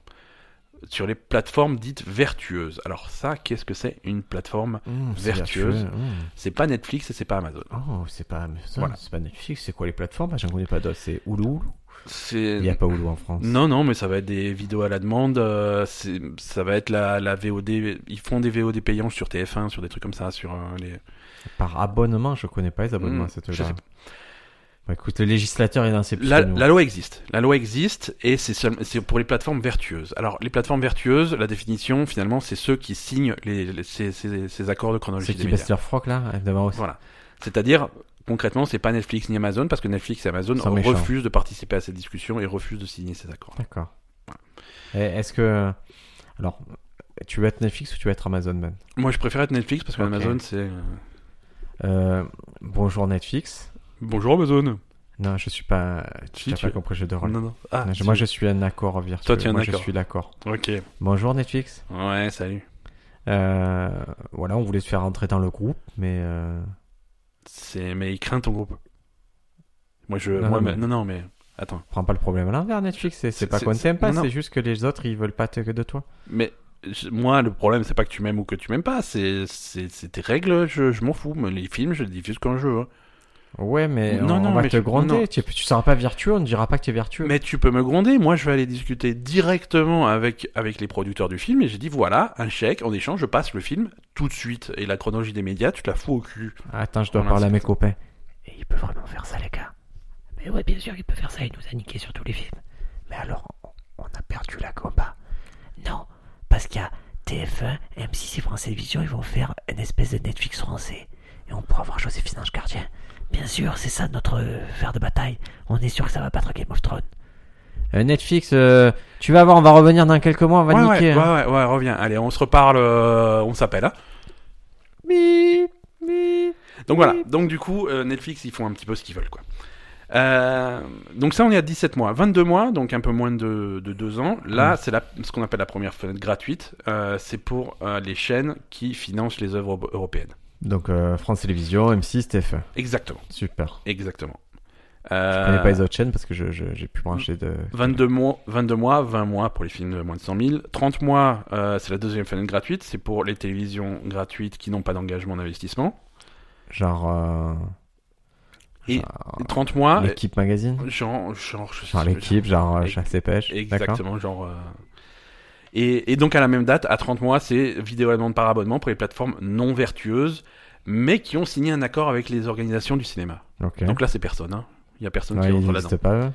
A: Sur les plateformes dites vertueuses. Alors, ça, qu'est-ce que c'est une plateforme
B: Mmh, c'est
A: vertueuse.
B: vertueux, mmh.
A: C'est pas Netflix et c'est pas Amazon.
B: Oh, c'est pas, mais ça,
A: Voilà.
B: c'est pas Netflix, c'est quoi les plateformes Ah, J'en connais pas d'autres. C'est Hulu, Hulu.
A: C'est.
B: Il n'y a pas Hulu en France.
A: Non, non, mais ça va être des vidéos à la demande. euh, c'est- ça va être la, la VOD. Ils font des VOD payants sur TF1, sur des trucs comme ça, sur euh, les.
B: Par abonnement, je connais pas les abonnements
A: Mmh,
B: à cette
A: je
B: là
A: sais
B: Bah, écoute, le législateur est dans ses
A: La,
B: nous.
A: la loi existe. La loi existe et c'est seul- c'est pour les plateformes vertueuses. Alors les plateformes vertueuses, la définition finalement, c'est ceux qui signent les, les- ces, ces- ces accords de chronologie
B: C'est
A: des
B: qui
A: médias.
B: Bester Frock là Évidemment, aussi.
A: Voilà. C'est-à-dire concrètement, c'est pas Netflix ni Amazon parce que Netflix et Amazon
B: Sont méchants.
A: refusent de participer à cette discussion et refusent de signer ces accords.
B: D'accord. Et Est-ce que. Alors, tu veux être Netflix ou tu veux être Amazon, Ben
A: Moi, je préfère être Netflix parce que
B: Ok.
A: Amazon, c'est euh,
B: Euh, Bonjour Netflix.
A: bonjour Amazon.
B: Non, je suis pas.
A: Si,
B: tu n'as
A: tu
B: pas
A: es-
B: compris le jeu de
A: Non,
B: rôle.
A: non. Ah,
B: Non, je-
A: si.
B: Moi, je suis un accord virtuel.
A: Toi, tu es un
B: Moi,
A: accord.
B: je suis l'accord.
A: Ok.
B: Bonjour Netflix.
A: Ouais, salut.
B: Euh, voilà, on voulait te faire rentrer dans le groupe, mais euh,
A: C'est mais il craint ton groupe. Moi, je. moi,
B: Non, non,
A: mais-
B: mais-
A: non, non, mais attends.
B: prends pas le problème à l'envers, Netflix. C'est-
A: C'est-
B: C'est pas
A: c'est-
B: qu'on t'aime pas,
A: non, non.
B: c'est juste que les autres, ils veulent pas te- de toi.
A: Mais je- moi, le problème, c'est pas que tu m'aimes ou que tu m'aimes pas, c'est c'est- c'est tes règles, je, je m'en fous. Mais les films, je les diffuse quand je veux. hein.
B: Ouais, mais
A: Non,
B: on,
A: non,
B: on va
A: mais
B: te
A: je- non, non.
B: gronder. Tu, tu seras pas vertueux, on ne dira pas que tu es vertueux.
A: Mais tu peux me gronder, moi, je vais aller discuter directement avec, avec les producteurs du film et j'ai dit voilà, un chèque, en échange, je passe le film tout de suite. Et la chronologie des médias, tu te la fous au cul.
B: Attends, je dois
A: Voilà,
B: parler à
A: c'est
B: mes copains.
D: Et il peut vraiment faire ça, les gars. Mais ouais, bien sûr, il peut faire ça. Il nous a niqué sur tous les films. Mais alors, on on a perdu la combat. Non, parce qu'il y a TF1, M6 et France Télévisions, ils vont faire une espèce de Netflix français. Et on pourra voir Joséphine Ange Gardien. Bien sûr, c'est ça notre euh, fer de bataille. On est sûr que ça va battre Game of Thrones.
B: Euh, Netflix, euh, tu vas voir, on va revenir dans quelques mois, on va
A: ouais, ouais,
B: niquer.
A: ouais,
B: hein.
A: ouais, ouais, reviens. Allez, on se reparle, euh, on s'appelle. hein.
B: Bip, bip.
A: Donc voilà, donc du coup, euh, Netflix, ils font un petit peu ce qu'ils veulent, quoi. Euh, donc ça, on est à 17 mois. 22 mois, donc un peu moins de, de 2 ans. Là,
B: Mm.
A: c'est la- ce qu'on appelle la première fenêtre gratuite. Euh, c'est pour euh, les chaînes qui financent les œuvres euro- européennes.
B: Donc, euh, France Télévisions, M6, TF1.
A: Exactement,
B: Super.
A: exactement.
B: Je
A: Euh,
B: connais pas les autres chaînes parce que je- je- j'ai pu brancher de.
A: 22 mois, 22 mois, 20 mois pour les films de moins de 100 000. 30 mois, euh, c'est la deuxième fenêtre gratuite. C'est pour les télévisions gratuites qui n'ont pas d'engagement d'investissement.
B: Genre. euh,
A: Et
B: genre,
A: 30 mois,
B: L'équipe magazine
A: genre, genre, Ah, euh, je sais
B: Ah. Genre
A: pas,
B: l'équipe, genre euh,
A: Et-
B: chasse et pêche. D'accord.
A: Exactement, genre. euh, Et, et donc à la même date, à 30 mois, c'est vidéo à la demande par abonnement pour les plateformes non vertueuses, mais qui ont signé un accord avec les organisations du cinéma.
B: Ok.
A: Donc là, c'est personne. hein. Il n'y a personne
B: Ouais,
A: qui
B: ils
A: rentre
B: n'existent
A: là-dedans.
B: pas, eux.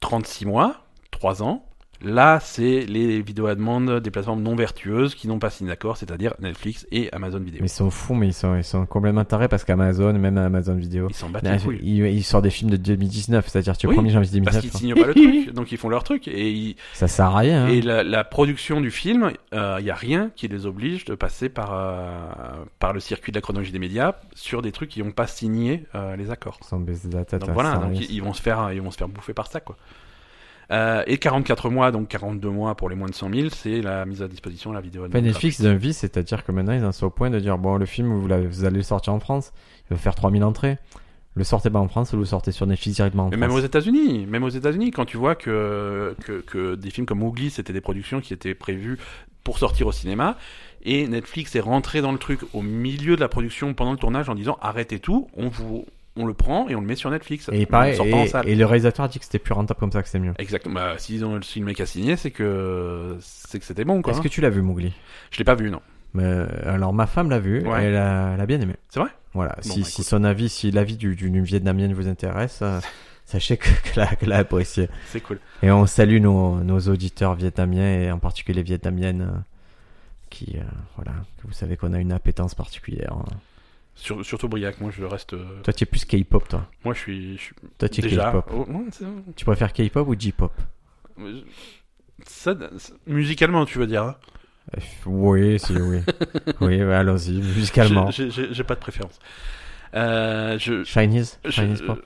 A: 36 mois, 3 ans. Là, c'est les vidéos à demande des plateformes non vertueuses qui n'ont pas signé d'accord, c'est-à-dire Netflix et Amazon Vidéo.
B: Mais ils sont fous, mais ils sont, ils sont complètement tarés parce qu'Amazon, même Amazon Vidéo,
A: Ils s'en battent les
B: il,
A: couilles.
B: il sort des films de 2019, c'est-à-dire tu es
A: Oui,
B: 1er janvier
A: Parce
B: 2019.
A: qu'ils signent pas le truc, donc ils font leur truc. Et, ils-
B: hein. Ça sert à rien. hein.
A: et la, la production du film, il n'y a rien qui les oblige de passer par, euh, par le circuit de la chronologie des médias sur des trucs qui n'ont pas signé euh, les accords.
B: Ils sont baisés de la tête.
A: Donc
B: hein,
A: voilà,
B: ça sert à
A: donc
B: rien.
A: ils, ils vont se faire, ils vont se faire bouffer par ça, quoi. Euh, et 44 mois, donc 42 mois pour les moins de 100 000, c'est la mise à disposition de la vidéo. à
B: Enfin,
A: demande
B: Netflix d'un vie, c'est-à-dire que maintenant ils en sont au point de dire bon, le film, vous, l'avez- vous allez le sortir en France, il va faire 3000 entrées. Le sortez pas en France, vous le sortez sur Netflix directement en
A: Mais
B: France.
A: même aux États-Unis, même aux États-Unis, quand tu vois que, que, que des films comme Mowgli, c'était des productions qui étaient prévues pour sortir au cinéma, et Netflix est rentré dans le truc au milieu de la production pendant le tournage en disant arrêtez tout, on vous, on le prend et on le met sur Netflix. on
B: et, pareil,
A: le sort pas en
B: et-
A: salle.
B: et le réalisateur a dit que c'était plus rentable comme ça, que c'est mieux.
A: Exactement. Bah, s'ils ont si le mec a signé, c'est que c'est que c'était bon quoi. hein.
B: Est-ce que tu l'as vu, Mowgli
A: Je l'ai pas vu non.
B: Mais, euh, Alors ma femme l'a vu,
A: Ouais.
B: elle a, elle a bien aimé.
A: C'est vrai
B: Voilà,
A: Bon,
B: si,
A: bah,
B: si
A: écoute.
B: son avis, si l'avis du- d'une vietnamienne vous intéresse, euh, sachez que- qu'elle a, qu'elle a apprécié.
A: C'est cool.
B: Et on salue nos, nos auditeurs vietnamiens et en particulier vietnamiennes euh, qui, euh, voilà, que vous savez qu'on a une appétence particulière. hein.
A: Sur- surtout Briac, moi je reste. euh,
B: Toi, tu es plus K-pop, toi.
A: moi je suis. je suis
B: Toi, Bah, tu es
A: déjà.
B: K-pop.
A: Oh, non, c'est-
B: Tu préfères K-pop ou J-pop
A: Ça, c'est- musicalement, tu veux dire. hein.
B: Euh, Oui, si, oui. oui, bah, allons-y, musicalement.
A: J'ai- J'ai j'ai pas de préférence. Euh, je,
B: Chinese
A: je,
B: Chinese pop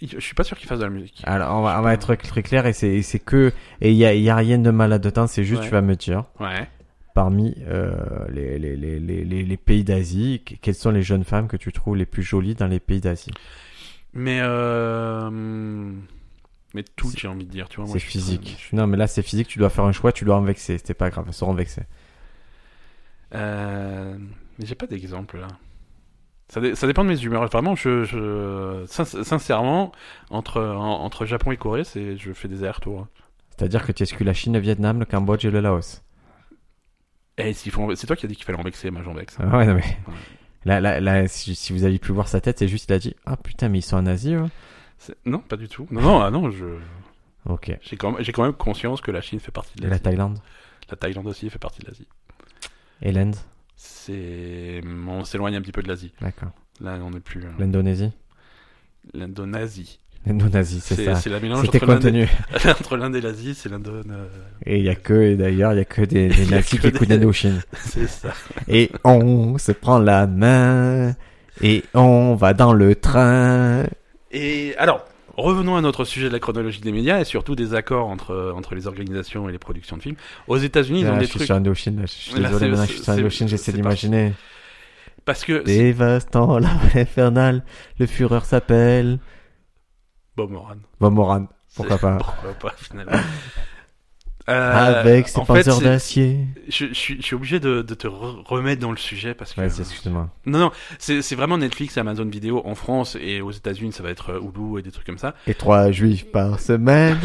A: je suis pas sûr qu'il fasse de la musique.
B: Alors, on va, on va être très clair et c'est et c'est que. Et il n'y a, il y a rien de mal là-dedans, c'est juste,
A: Ouais.
B: tu vas me dire,
A: Ouais.
B: parmi euh, les, les, les, les, les- les pays d'Asie, que- quelles sont les jeunes femmes que tu trouves les plus jolies dans les pays d'Asie
A: Ah, Mais euh, mais tout, j'ai envie de dire, tu vois. moi,
B: C'est
A: je suis-
B: physique. Non, mais là, c'est physique, tu dois faire un choix, tu dois en vexer. C'était pas grave, elles seront vexées.
A: Euh, mais j'ai pas d'exemple là. Ça, dé- ça dépend de mes humeurs. Vraiment, je, je- sin- sincèrement, entre en- entre Japon et Corée, c'est je fais des allers-retours. hein.
B: C'est-à-dire que tu exclus la Chine, le Vietnam, le Cambodge et le Laos.
A: Eh, s'ils font- c'est toi qui as dit qu'il fallait en vexer, moi j'en vexe.
B: Ah ouais, non, mais. Là, là, là, si, si vous aviez pu voir sa tête, c'est juste, il a dit Ah putain, mais ils sont en Asie, eux.
A: C'est- Non, pas du tout. Non, non, ah non, je
B: Ok.
A: j'ai quand même j'ai quand même conscience que la Chine fait partie de
B: Et la
A: l'Asie.
B: Thaïlande
A: La Thaïlande aussi fait partie de l'Asie.
B: Et l'Inde
A: C'est on s'éloigne un petit peu de l'Asie.
B: D'accord.
A: Là, on n'est plus euh,
B: L'Indonésie
A: l'Indonasie.
B: L'Indonésie, c'est ça.
A: C'est la mélange
B: C'était
A: entre l'Inde
B: contenu.
A: et- entre l'Inde et l'Asie, c'est l'Indone. euh,
B: Et il y a que, et d'ailleurs, il y a que des,
A: Il y
B: des
A: a
B: nazis
A: que
B: qui
A: des-
B: écoutent l'Indochine.
A: C'est ça.
B: Et on se prend la main. Et on va dans le train.
A: Et alors, revenons à notre sujet de la chronologie des médias et surtout des accords entre, euh, entre les organisations et les productions de films. Aux États-Unis, ils
B: Là,
A: ont
B: Ah, je
A: des
B: suis
A: trucs.
B: sur Indochine, là. je suis
A: Là,
B: désolé,
A: c'est-
B: maintenant je suis sur
A: c'est-
B: Indochine,
A: c'est-
B: j'essaie
A: c'est
B: d'imaginer.
A: Parce que. c'est-
B: Dévastant l'arbre infernal, le Führer s'appelle.
A: Bob Moran.
B: Bon, Moran, pourquoi
A: C'est-
B: pas.
A: Pourquoi pas, finalement. Euh,
B: Avec ses
A: en fait,
B: panzers
A: c'est-
B: d'acier.
A: Je, je suis, je suis obligé de, de te re- remettre dans le sujet parce que.
B: Vas-y, excuse-moi.
A: non, non, c'est c'est vraiment Netflix et Amazon Vidéo en France et aux États-Unis, ça va être euh, Hulu et des trucs comme ça.
B: Et trois juifs par semaine.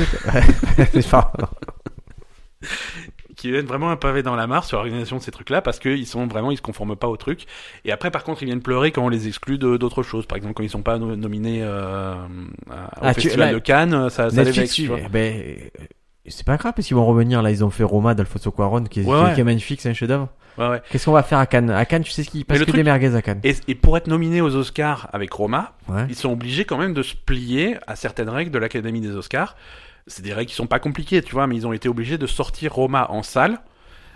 B: Pardon.
A: Ah, qui viennent vraiment un pavé dans la mare sur l'organisation de ces trucs-là parce qu'ils sont vraiment, ils se conforment pas au truc. Et après, par contre, ils viennent pleurer quand on les exclut de- d'autres choses. Par exemple, quand ils sont pas no- nominés euh, à- au
B: Ah, tu-
A: festival
B: là,
A: de Cannes, ça, ça les hein. vexe,
B: Netflix,
A: tu vois.
B: eh ben, euh, c'est pas grave parce qu'ils vont revenir là. Ils ont fait Roma d'Alfonso Cuaron qui est,
A: Ouais,
B: qui-
A: ouais.
B: qui est magnifique, c'est un chef-d'œuvre.
A: Ouais, ouais.
B: Qu'est-ce qu'on va faire à Cannes À Cannes, tu sais ce qu'il passe
A: le
B: que
A: truc-
B: des merguez à Cannes.
A: Et, et pour être nominés aux Oscars avec Roma,
B: Ouais.
A: ils sont obligés quand même de se plier à certaines règles de l'Académie des Oscars. C'est des règles qui sont pas compliquées, tu vois, mais ils ont été obligés de sortir Roma en salle.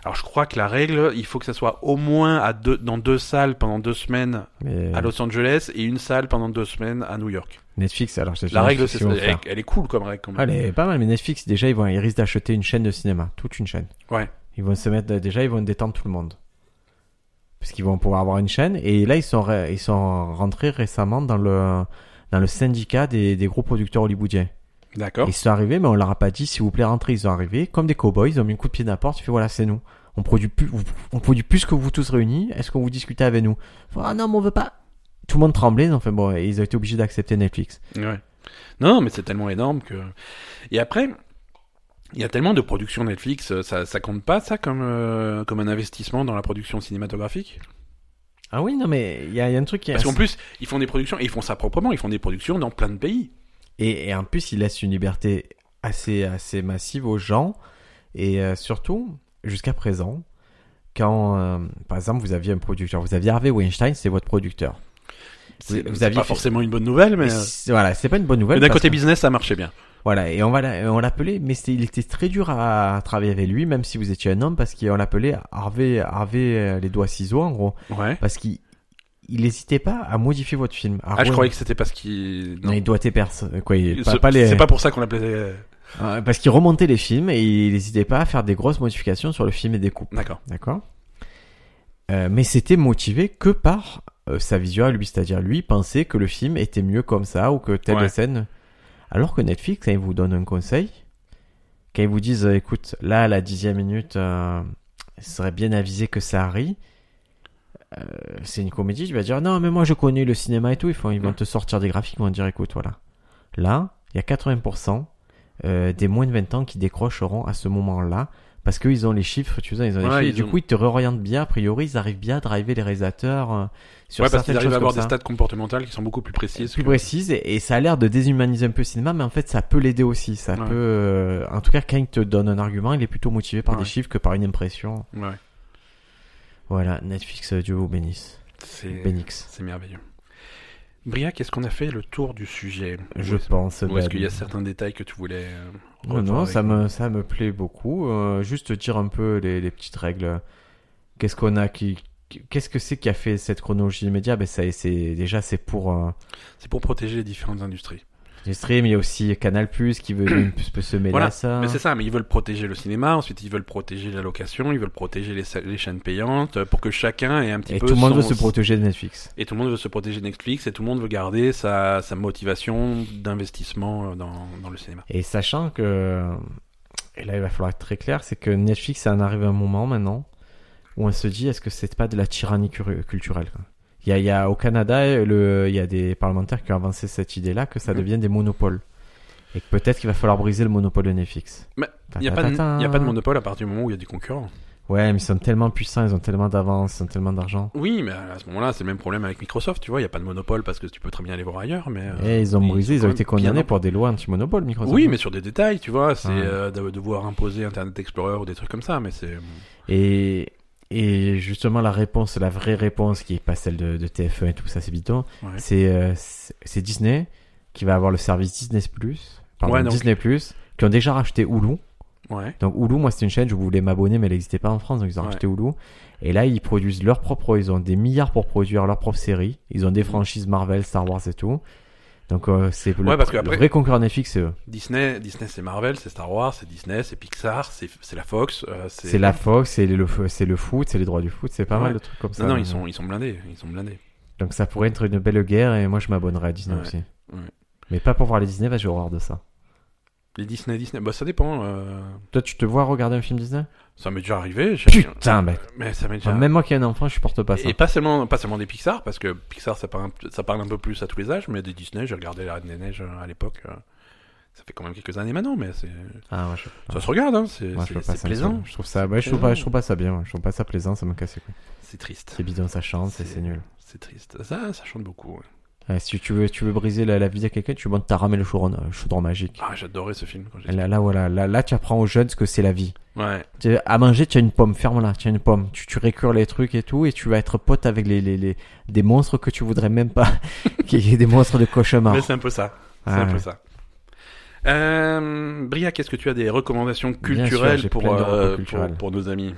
A: Alors je crois que la règle, il faut que ça soit au moins à deux, dans deux salles pendant deux semaines
B: Mais
A: à Los Angeles et une salle pendant deux semaines à New York.
B: Netflix, alors c'est
A: La règle, c'est
B: ça.
A: elle, elle est cool comme règle. Quand même.
B: Ah, Elle est pas mal, mais Netflix, déjà, ils, vont, ils risquent d'acheter une chaîne de cinéma, toute une chaîne.
A: Ouais.
B: Ils vont se mettre, euh, déjà, ils vont détendre tout le monde. Parce qu'ils vont pouvoir avoir une chaîne. Et là, ils sont, ré- ils sont rentrés récemment dans le, dans le syndicat des, des gros producteurs hollywoodiens.
A: D'accord.
B: Ils sont arrivés, mais on leur a pas dit, s'il vous plaît, rentrez. Ils sont arrivés, comme des cowboys, ils ont mis un coup de pied dans la porte, ils fait, voilà, c'est nous. On produit plus, on produit plus que vous tous réunis. Est-ce qu'on vous discutez avec nous? Ils font, Ah non, mais on veut pas. Tout le monde tremblait, ils ont fait, bon, et ils ont été obligés d'accepter Netflix.
A: Ouais. Non, non, mais c'est tellement énorme que. Et après, il y a tellement de productions Netflix, euh, ça, ça compte pas ça comme euh, comme un investissement dans la production cinématographique
B: Ah oui, non, mais il y a, il y a un truc qui est
A: Parce qu'en
B: assez-
A: plus, ils font des productions et ils font ça proprement. Ils font des productions dans plein de pays.
B: Et, et en plus, il laisse une liberté assez, assez massive aux gens. Et euh, surtout, jusqu'à présent, quand, euh, par exemple, vous aviez un producteur, vous aviez Harvey Weinstein, c'est votre producteur.
A: C'est
B: vous
A: c'est
B: aviez
A: pas
B: fait-
A: forcément une bonne nouvelle, mais,
B: Et
A: euh,
B: c'est- voilà, c'est pas une bonne nouvelle.
A: mais d'un
B: parce
A: côté
B: que-
A: business, ça marchait bien.
B: Voilà, et on va l'a- on l'appelait, mais c'est- il était très dur à, travailler avec lui, même si vous étiez un homme, parce qu'on l'appelait Harvey, Harvey euh, les doigts ciseaux, en gros,
A: Ouais.
B: parce qu'il il n'hésitait pas à modifier votre film.
A: Ah, je croyais que c'était parce qu'ils.
B: Non,
A: non.
B: les doigts et perses, quoi, il- pas,
A: C'est
B: pas les...
A: c'est pas pour ça qu'on l'appelait.
B: Euh, Parce qu'il remontait les films et il n'hésitait pas à faire des grosses modifications sur le film et des coupes.
A: D'accord.
B: D'accord Euh, Mais c'était motivé que par euh, sa vision à lui, c'est-à-dire lui pensait que le film était mieux comme ça ou que telle
A: Ouais.
B: scène. Alors que Netflix, quand ils vous donnent un conseil, quand ils vous disent euh, écoute, là, à la dixième minute, euh, il serait bien avisé que ça rit. Euh, c'est une comédie, tu vas dire non, mais moi je connais le cinéma et tout. Ils, font- ils vont
A: Mm.
B: te sortir des graphiques, ils vont te dire écoute, voilà. Là, il y a 80% euh, des moins de 20 ans qui décrocheront à ce moment-là parce qu'ils ont les chiffres, tu sais, ils ont les
A: Ouais,
B: chiffres, et
A: ils
B: du
A: ont-
B: coup ils te réorientent bien. A priori, ils arrivent bien à driver les réalisateurs euh, sur
A: Ouais, parce
B: certaines
A: qu'ils arrivent
B: choses
A: à avoir
B: comme
A: des
B: ça.
A: stats comportementales qui sont beaucoup plus précises.
B: plus
A: que-
B: précises et, et ça a l'air de déshumaniser un peu le cinéma, mais en fait ça peut l'aider aussi. Ça
A: Ouais.
B: peut, euh, en tout cas, quand il te donne un argument, il est plutôt motivé par
A: Ouais.
B: des chiffres que par une impression.
A: Ouais.
B: Voilà, Netflix, euh, Dieu vous bénisse.
A: C'est
B: Bénix.
A: c'est merveilleux. Briac, est-ce qu'on a fait le tour du sujet
B: Je
A: Ou est-ce-
B: pense.
A: Ou est-ce
B: Ben.
A: qu'il y a certains détails que tu voulais euh,
B: Non,
A: revoir
B: non,
A: avec
B: ça
A: nous
B: me, ça me plaît beaucoup. Euh, juste dire un peu les, les petites règles. Qu'est-ce qu'on a qui. Qu'est-ce que c'est qui a fait cette chronologie des médias ben ça, c'est, Déjà, c'est pour euh,
A: C'est pour protéger les différentes industries.
B: les streams. Il y a aussi Canal, qui veut peut se mêler
A: Voilà,
B: à ça.
A: Mais c'est ça, mais ils veulent protéger le cinéma, ensuite ils veulent protéger la location, ils veulent protéger les, sa- les chaînes payantes, euh, pour que chacun ait un petit
B: Et
A: peu
B: tout le monde
A: son-
B: veut se protéger de Netflix.
A: Et tout le monde veut se protéger de Netflix, et tout le monde veut garder sa, sa motivation d'investissement euh, dans, dans le cinéma.
B: Et sachant que, et là il va falloir être très clair, c'est que Netflix, ça en arrive à un moment maintenant où on se dit est-ce que c'est pas de la tyrannie cur- culturelle quoi il y, a, il y a au Canada, le, il y a des parlementaires qui ont avancé cette idée-là que ça
A: Mhm.
B: devient des monopoles. Et que peut-être qu'il va falloir briser le monopole de Netflix.
A: Mais
B: Ta-
A: Il n'y a,
B: ta-
A: pas de-
B: ta- ta.
A: il y a pas de monopole à partir du moment où il y a des concurrents.
B: Ouais, mais ils sont tellement puissants, ils ont tellement d'avance, ils ont tellement d'argent.
A: Oui, mais à ce moment-là, c'est le même problème avec Microsoft, tu vois, il n'y a pas de monopole parce que tu peux très bien aller voir ailleurs, mais... euh,
B: Et Eh, ils ont brisé, ils
A: quand
B: ont
A: même
B: été
A: bien
B: condamnés
A: en-
B: pour des lois anti-monopole, Microsoft.
A: Oui, mais sur des détails, tu vois, c'est
B: Ouais.
A: euh, de devoir imposer Internet Explorer ou des trucs comme ça, mais c'est...
B: Et, et justement, la réponse, la vraie réponse, qui est pas celle de, de TF1 et tout ça, c'est bidon,
A: Ouais.
B: c'est euh, c'est c'est Disney qui va avoir le service Disney Plus, pardon,
A: Ouais, donc-
B: Disney Plus, qui ont déjà racheté Hulu.
A: Ouais.
B: Donc Hulu, moi, c'était une chaîne, je voulais m'abonner, mais elle n'existait pas en France, donc ils ont
A: Ouais.
B: racheté Hulu. Et là, ils produisent leur propre, ils ont des milliards pour produire leur propre série. Ils ont des
A: Mm.
B: franchises Marvel, Star Wars et tout. Donc euh, c'est le,
A: Ouais, parce que
B: le
A: après-
B: vrai concurrent Netflix, euh, c'est eux.
A: Disney, Disney c'est Marvel, c'est Star Wars, c'est Disney, c'est Pixar, c'est c'est la Fox, euh,
B: C'est la Fox, c'est le, c'est le foot, c'est les droits du foot, c'est pas
A: Ouais.
B: mal de trucs comme ça.
A: Non, non, ils
B: Donc,
A: sont, ils sont blindés, ils sont blindés.
B: Donc ça pourrait être une belle guerre et moi je m'abonnerai à Disney
A: Ouais,
B: aussi.
A: ouais.
B: Mais pas pour voir les Disney parce que j'ai horreur de ça.
A: Les Disney, Disney, bah ça dépend. euh,
B: Toi tu te vois regarder un film Disney
A: Ça m'est déjà arrivé. j'ai-
B: Putain mec
A: Mais ça m'est déjà.
B: Enfin, Même moi qui ai un enfant je supporte pas ça.
A: Et pas seulement, pas seulement des Pixar, parce que Pixar ça parle, un, p- ça parle un peu plus à tous les âges, mais des Disney, j'ai regardé la Reine des Neiges euh, à l'époque. euh, Ça fait quand même quelques années maintenant, mais c'est
B: Ah moi je,
A: ça se regarde, hein, c'est
B: moi, je
A: c'est-
B: peux pas
A: c'est
B: ça. me
A: plaisant.
B: saoule. Je trouve ça, ouais, je trouve
A: plaisant.
B: pas, je trouve pas ça bien. ouais. Je trouve pas ça plaisant, ça me casse les couilles.
A: C'est triste.
B: C'est bidon, ça chante, c'est c'est nul.
A: C'est triste. Ça, ça chante beaucoup. ouais.
B: Ouais, si tu veux, tu veux briser la, la vie de quelqu'un, tu montes ta rame et le chaudron, euh, chaudron magique.
A: Ah, j'adorais ce film quand j'étais.
B: Là, là voilà, là, là tu apprends aux jeunes ce que c'est la vie.
A: Ouais.
B: Tu- À manger, tu as une pomme, ferme-la, tu as une pomme. Tu, tu récures les trucs et tout, et tu vas être pote avec les, les, les- des monstres que tu voudrais même pas. qui est des monstres de cauchemar.
A: Mais c'est un peu ça. C'est
B: Ah
A: un peu
B: ouais.
A: ça. Euh, Briac, est-ce que tu as des recommandations
B: Bien sûr,
A: culturelles,
B: j'ai
A: pour,
B: plein de
A: euh,
B: recos
A: pour-
B: culturelles.
A: pour nos amis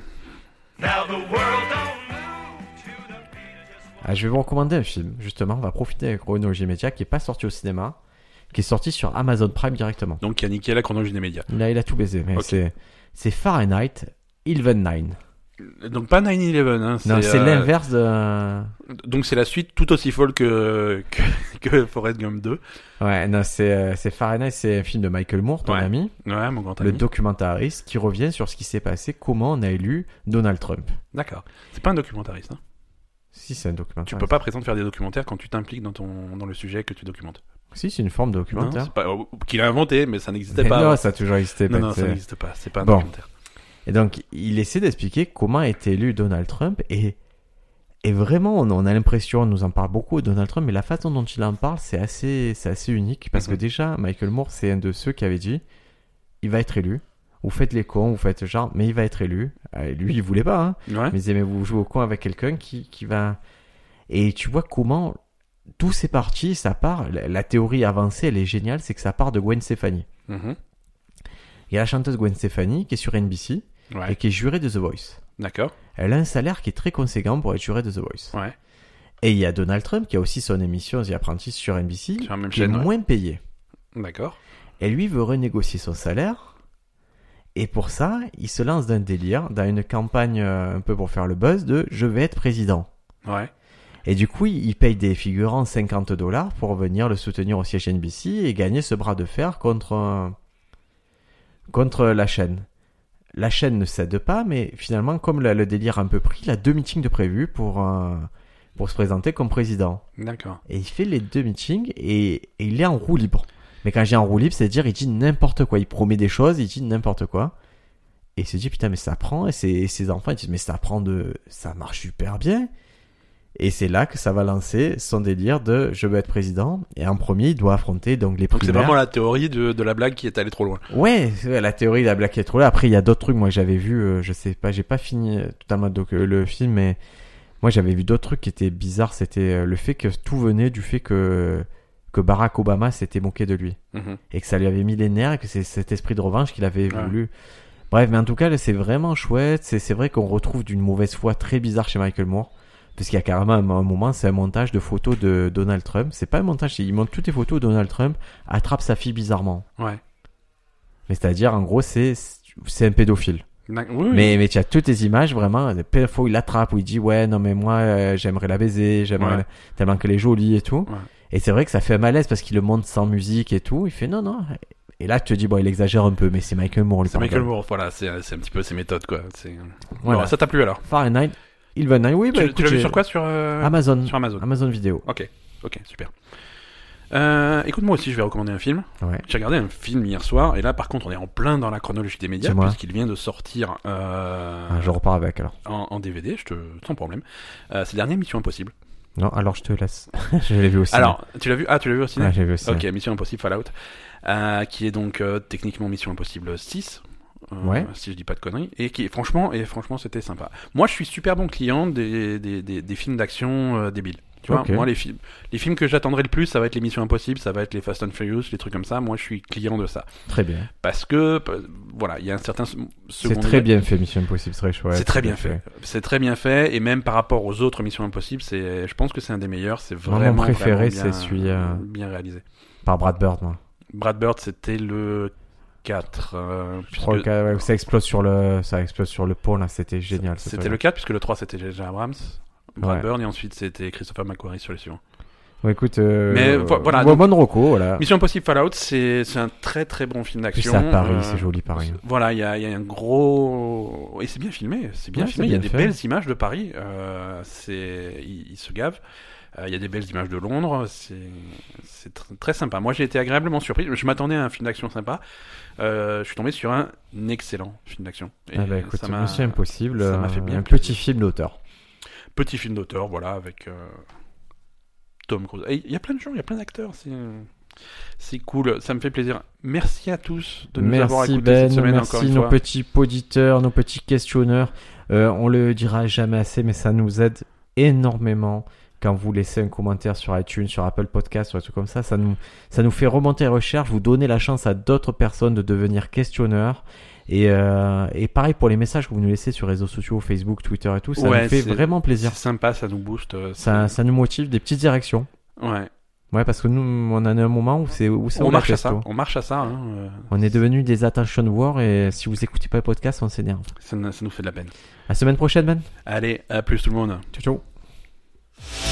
B: Ah, je vais vous recommander un film, justement. On va profiter avec Chronologie Media, qui est pas sorti au cinéma, qui est sorti sur Amazon Prime directement.
A: Donc, il y a niqué la chronologie des médias.
B: Là, il a tout baisé, mais
A: Ok.
B: c'est, c'est Fahrenheit 11-9.
A: Donc, pas 9-11. Hein,
B: Non, c'est
A: euh,
B: l'inverse de.
A: Donc, c'est la suite tout aussi folle que, que, que Forrest Gump 2.
B: Ouais, non, c'est, euh, c'est Fahrenheit, c'est un film de Michael Moore, ton
A: Ouais.
B: ami,
A: Ouais, mon grand
B: le
A: ami.
B: documentariste, qui revient sur ce qui s'est passé, comment on a élu Donald Trump.
A: D'accord. C'est pas un documentariste. hein.
B: Si, c'est un
A: Tu
B: documentaire.
A: peux pas prétendre faire des documentaires quand tu t'impliques dans, ton, dans le sujet que tu documentes.
B: Si, c'est une forme de
A: Non,
B: documentaire.
A: c'est pas, ou- qu'il a inventé, mais ça n'existait
B: Mais
A: pas.
B: non,
A: avant.
B: ça a toujours existé.
A: non,
B: mais
A: non, ça
B: c'est-
A: n'existe pas. C'est pas un
B: Bon.
A: documentaire.
B: Et donc, il essaie d'expliquer comment a été élu Donald Trump et, et vraiment, on, on a l'impression, on nous en parle beaucoup, Donald Trump, mais la façon dont il en parle, c'est assez, c'est assez unique parce
A: Mhm.
B: que déjà, Michael Moore, c'est un de ceux qui avait dit il va être élu. Vous faites les cons, vous faites genre, mais il va être élu. Euh, lui, il voulait pas, hein.
A: Ouais.
B: Mais aimez-vous jouer au con avec quelqu'un qui, qui va. Et tu vois comment tout c'est parti, ça part. La, la théorie avancée, elle est géniale, c'est que ça part de Gwen Stefani.
A: Mhm.
B: Il y a la chanteuse Gwen Stefani qui est sur NBC
A: Ouais.
B: et qui est jurée de The Voice.
A: D'accord.
B: Elle a un salaire qui est très conséquent pour être jurée de The Voice.
A: Ouais.
B: Et il y a Donald Trump qui a aussi son émission The Apprentice sur NBC
A: Sur la même
B: qui est
A: chaîne, ouais.
B: moins payé.
A: D'accord.
B: Et lui veut renégocier son salaire. Et pour ça, il se lance d'un délire, dans une campagne euh, un peu pour faire le buzz de je vais être président.
A: Ouais.
B: Et du coup, il paye des figurants 50 dollars pour venir le soutenir au siège NBC et gagner ce bras de fer contre, euh, contre la chaîne. La chaîne ne cède pas, mais finalement, comme la- le délire a un peu pris, il a deux meetings de prévus pour, euh, pour se présenter comme président.
A: D'accord.
B: Et il fait les deux meetings et, et il est en roue libre. Mais quand j'ai en roue libre, c'est-à-dire il dit n'importe quoi. Il promet des choses, il dit n'importe quoi. Et il se dit putain mais ça prend. Et ses, et ses enfants ils disent mais ça prend de... Ça marche super bien. Et c'est là que ça va lancer son délire de je veux être président. Et en premier, il doit affronter donc les
A: Donc, c'est
B: primaires.
A: vraiment la théorie de, de la blague qui est allée trop loin.
B: Ouais, c'est vrai, la théorie de la blague qui est trop là. Après, il y a d'autres trucs, moi, que j'avais vu, euh, je sais pas, j'ai pas fini euh, totalement donc, euh, le film, mais Moi, j'avais vu d'autres trucs qui étaient bizarres. C'était euh, le fait que tout venait du fait que, que Barack Obama s'était moqué de lui.
A: Mhm.
B: Et que ça lui avait mis les nerfs et que c'est cet esprit de revanche qu'il avait
A: Ouais.
B: voulu. Bref, mais en tout cas, là, c'est vraiment chouette. C'est c'est vrai qu'on retrouve d'une mauvaise foi très bizarre chez Michael Moore. Parce qu'il y a carrément un, un moment, c'est un montage de photos de Donald Trump. C'est pas un montage, c'est- il montre toutes les photos de Donald Trump, attrape sa fille bizarrement.
A: Ouais.
B: Mais c'est-à-dire, en gros, c'est c'est un pédophile.
A: D'ac- Oui, oui.
B: Mais, mais tu as toutes les images vraiment, de plein de fois où il l'attrape, où il dit ouais non mais moi euh, j'aimerais la baiser, j'aimerais
A: Ouais.
B: la- tellement qu'elle est jolie et tout.
A: Ouais.
B: Et c'est vrai que ça fait un malaise parce qu'il le monte sans musique et tout. Il fait non non. Et là tu te dis bon il exagère un peu mais c'est Michael Moore le
A: C'est Michael Moore, voilà, c'est c'est un petit peu ses méthodes, quoi. C'est-
B: Voilà.
A: Bon, ça t'a plu alors
B: Fahrenheit, Night oui bah
A: Tu, tu
B: écoute,
A: l'as vu
B: j'ai-
A: sur quoi Sur, euh,
B: Amazon.
A: sur Amazon.
B: Amazon vidéo.
A: Ok, ok, super. Euh, écoute, moi aussi, je vais recommander un film.
B: Ouais.
A: J'ai regardé un film hier soir, et là, par contre, on est en plein dans la chronologie des médias,
B: Dis-moi.
A: puisqu'il vient de sortir euh,
B: Ah, je repars avec alors.
A: en, en DVD, je te, sans problème. Euh, c'est le dernier Mission Impossible.
B: Non alors je te laisse. je l'ai vu aussi.
A: Alors, tu l'as vu Ah, tu l'as vu au ciné
B: Ouais, je l'ai vu aussi.
A: Ok, Mission Impossible Fallout, euh, qui est donc euh, techniquement Mission Impossible 6. euh,
B: Ouais.
A: Si je dis pas de conneries, et qui franchement, et franchement, c'était sympa. Moi, je suis super bon client des, des, des, des films d'action euh, débiles. Tu vois,
B: Ok.
A: moi, les films, les films que j'attendrai le plus, ça va être les Missions Impossibles, ça va être les Fast and Furious, les trucs comme ça. Moi, je suis client de ça.
B: Très bien.
A: Parce que, p- voilà, il y a un certain s- second.
B: C'est très bien fait Mission Impossible, c'est très chouette.
A: C'est très bien fait. C'est très bien fait, et même par rapport aux autres Missions Impossibles, c'est, je pense que c'est un des meilleurs. C'est
B: Moi, mon
A: vraiment.
B: préféré,
A: vraiment bien-
B: c'est celui, euh,
A: Bien réalisé.
B: Par Brad Bird moi.
A: Brad Bird, c'était le 4. euh, puisque-
B: Trois ou quatre, ouais, ça explose sur le ça explose sur le pont là c'était génial ce
A: C'était
B: truc.
A: le 4, puisque le 3, c'était J.J. Abrams. Brad
B: Ouais.
A: Bird, et ensuite, c'était Christopher McQuarrie sur les suivants.
B: Ouais, écoute euh,
A: Mais, vo- voilà,
B: bon,
A: donc-
B: bonne reco, voilà
A: Mission Impossible Fallout, c'est c'est un très très bon film
B: plus
A: d'action.
B: à Paris
A: Euh,
B: c'est joli Paris
A: Voilà, il y a, il y a un gros. Et c'est bien filmé, c'est bien
B: Ouais,
A: filmé.
B: c'est
A: Il y a
B: bien
A: des
B: fait.
A: belles images de Paris. Euh, c'est, ils, ils se gavent. Euh, Il y a des belles images de Londres. C'est, c'est tr- très sympa. Moi, j'ai été agréablement surpris. Je m'attendais à un film d'action sympa. Euh, je suis tombé sur un excellent film d'action. Et
B: ah bah écoute
A: ça m'a-
B: Mission Impossible
A: ça m'a fait
B: euh,
A: bien
B: un
A: plaisir.
B: petit film d'auteur
A: Petit film d'auteur, voilà, avec euh, Tom Cruise. Et Il y a plein de gens, il y a plein d'acteurs. C'est c'est cool, ça me fait plaisir. Merci à tous de nous avoir
B: merci
A: écoutés
B: Ben
A: cette semaine encore
B: merci
A: une
B: nos
A: fois.
B: petits auditeurs nos petits questionneurs Euh, on le dira jamais assez mais ça nous aide énormément quand vous laissez un commentaire sur iTunes, sur Apple Podcast, sur des trucs comme ça, ça nous, ça nous fait remonter les recherches, vous donnez la chance à d'autres personnes de devenir questionneurs. Et, euh, et pareil pour les messages que vous nous laissez sur les réseaux sociaux, Facebook, Twitter et tout, ça
A: Ouais,
B: nous fait
A: c'est-
B: vraiment plaisir.
A: C'est sympa, ça nous booste. euh,
B: Ça,
A: c'est-
B: ça nous motive des petites directions.
A: Ouais.
B: Ouais, parce que nous, on en a un moment où c'est où c'est
A: On
B: où la
A: marche à ça,
B: testo.
A: on marche à ça. hein, euh,
B: On est devenus des attention war et si vous écoutez pas le podcast, on s'énerve.
A: ça, nous- ça nous fait de la peine.
B: À la semaine prochaine, Ben.
A: Allez, à plus tout le monde.
B: Ciao, ciao.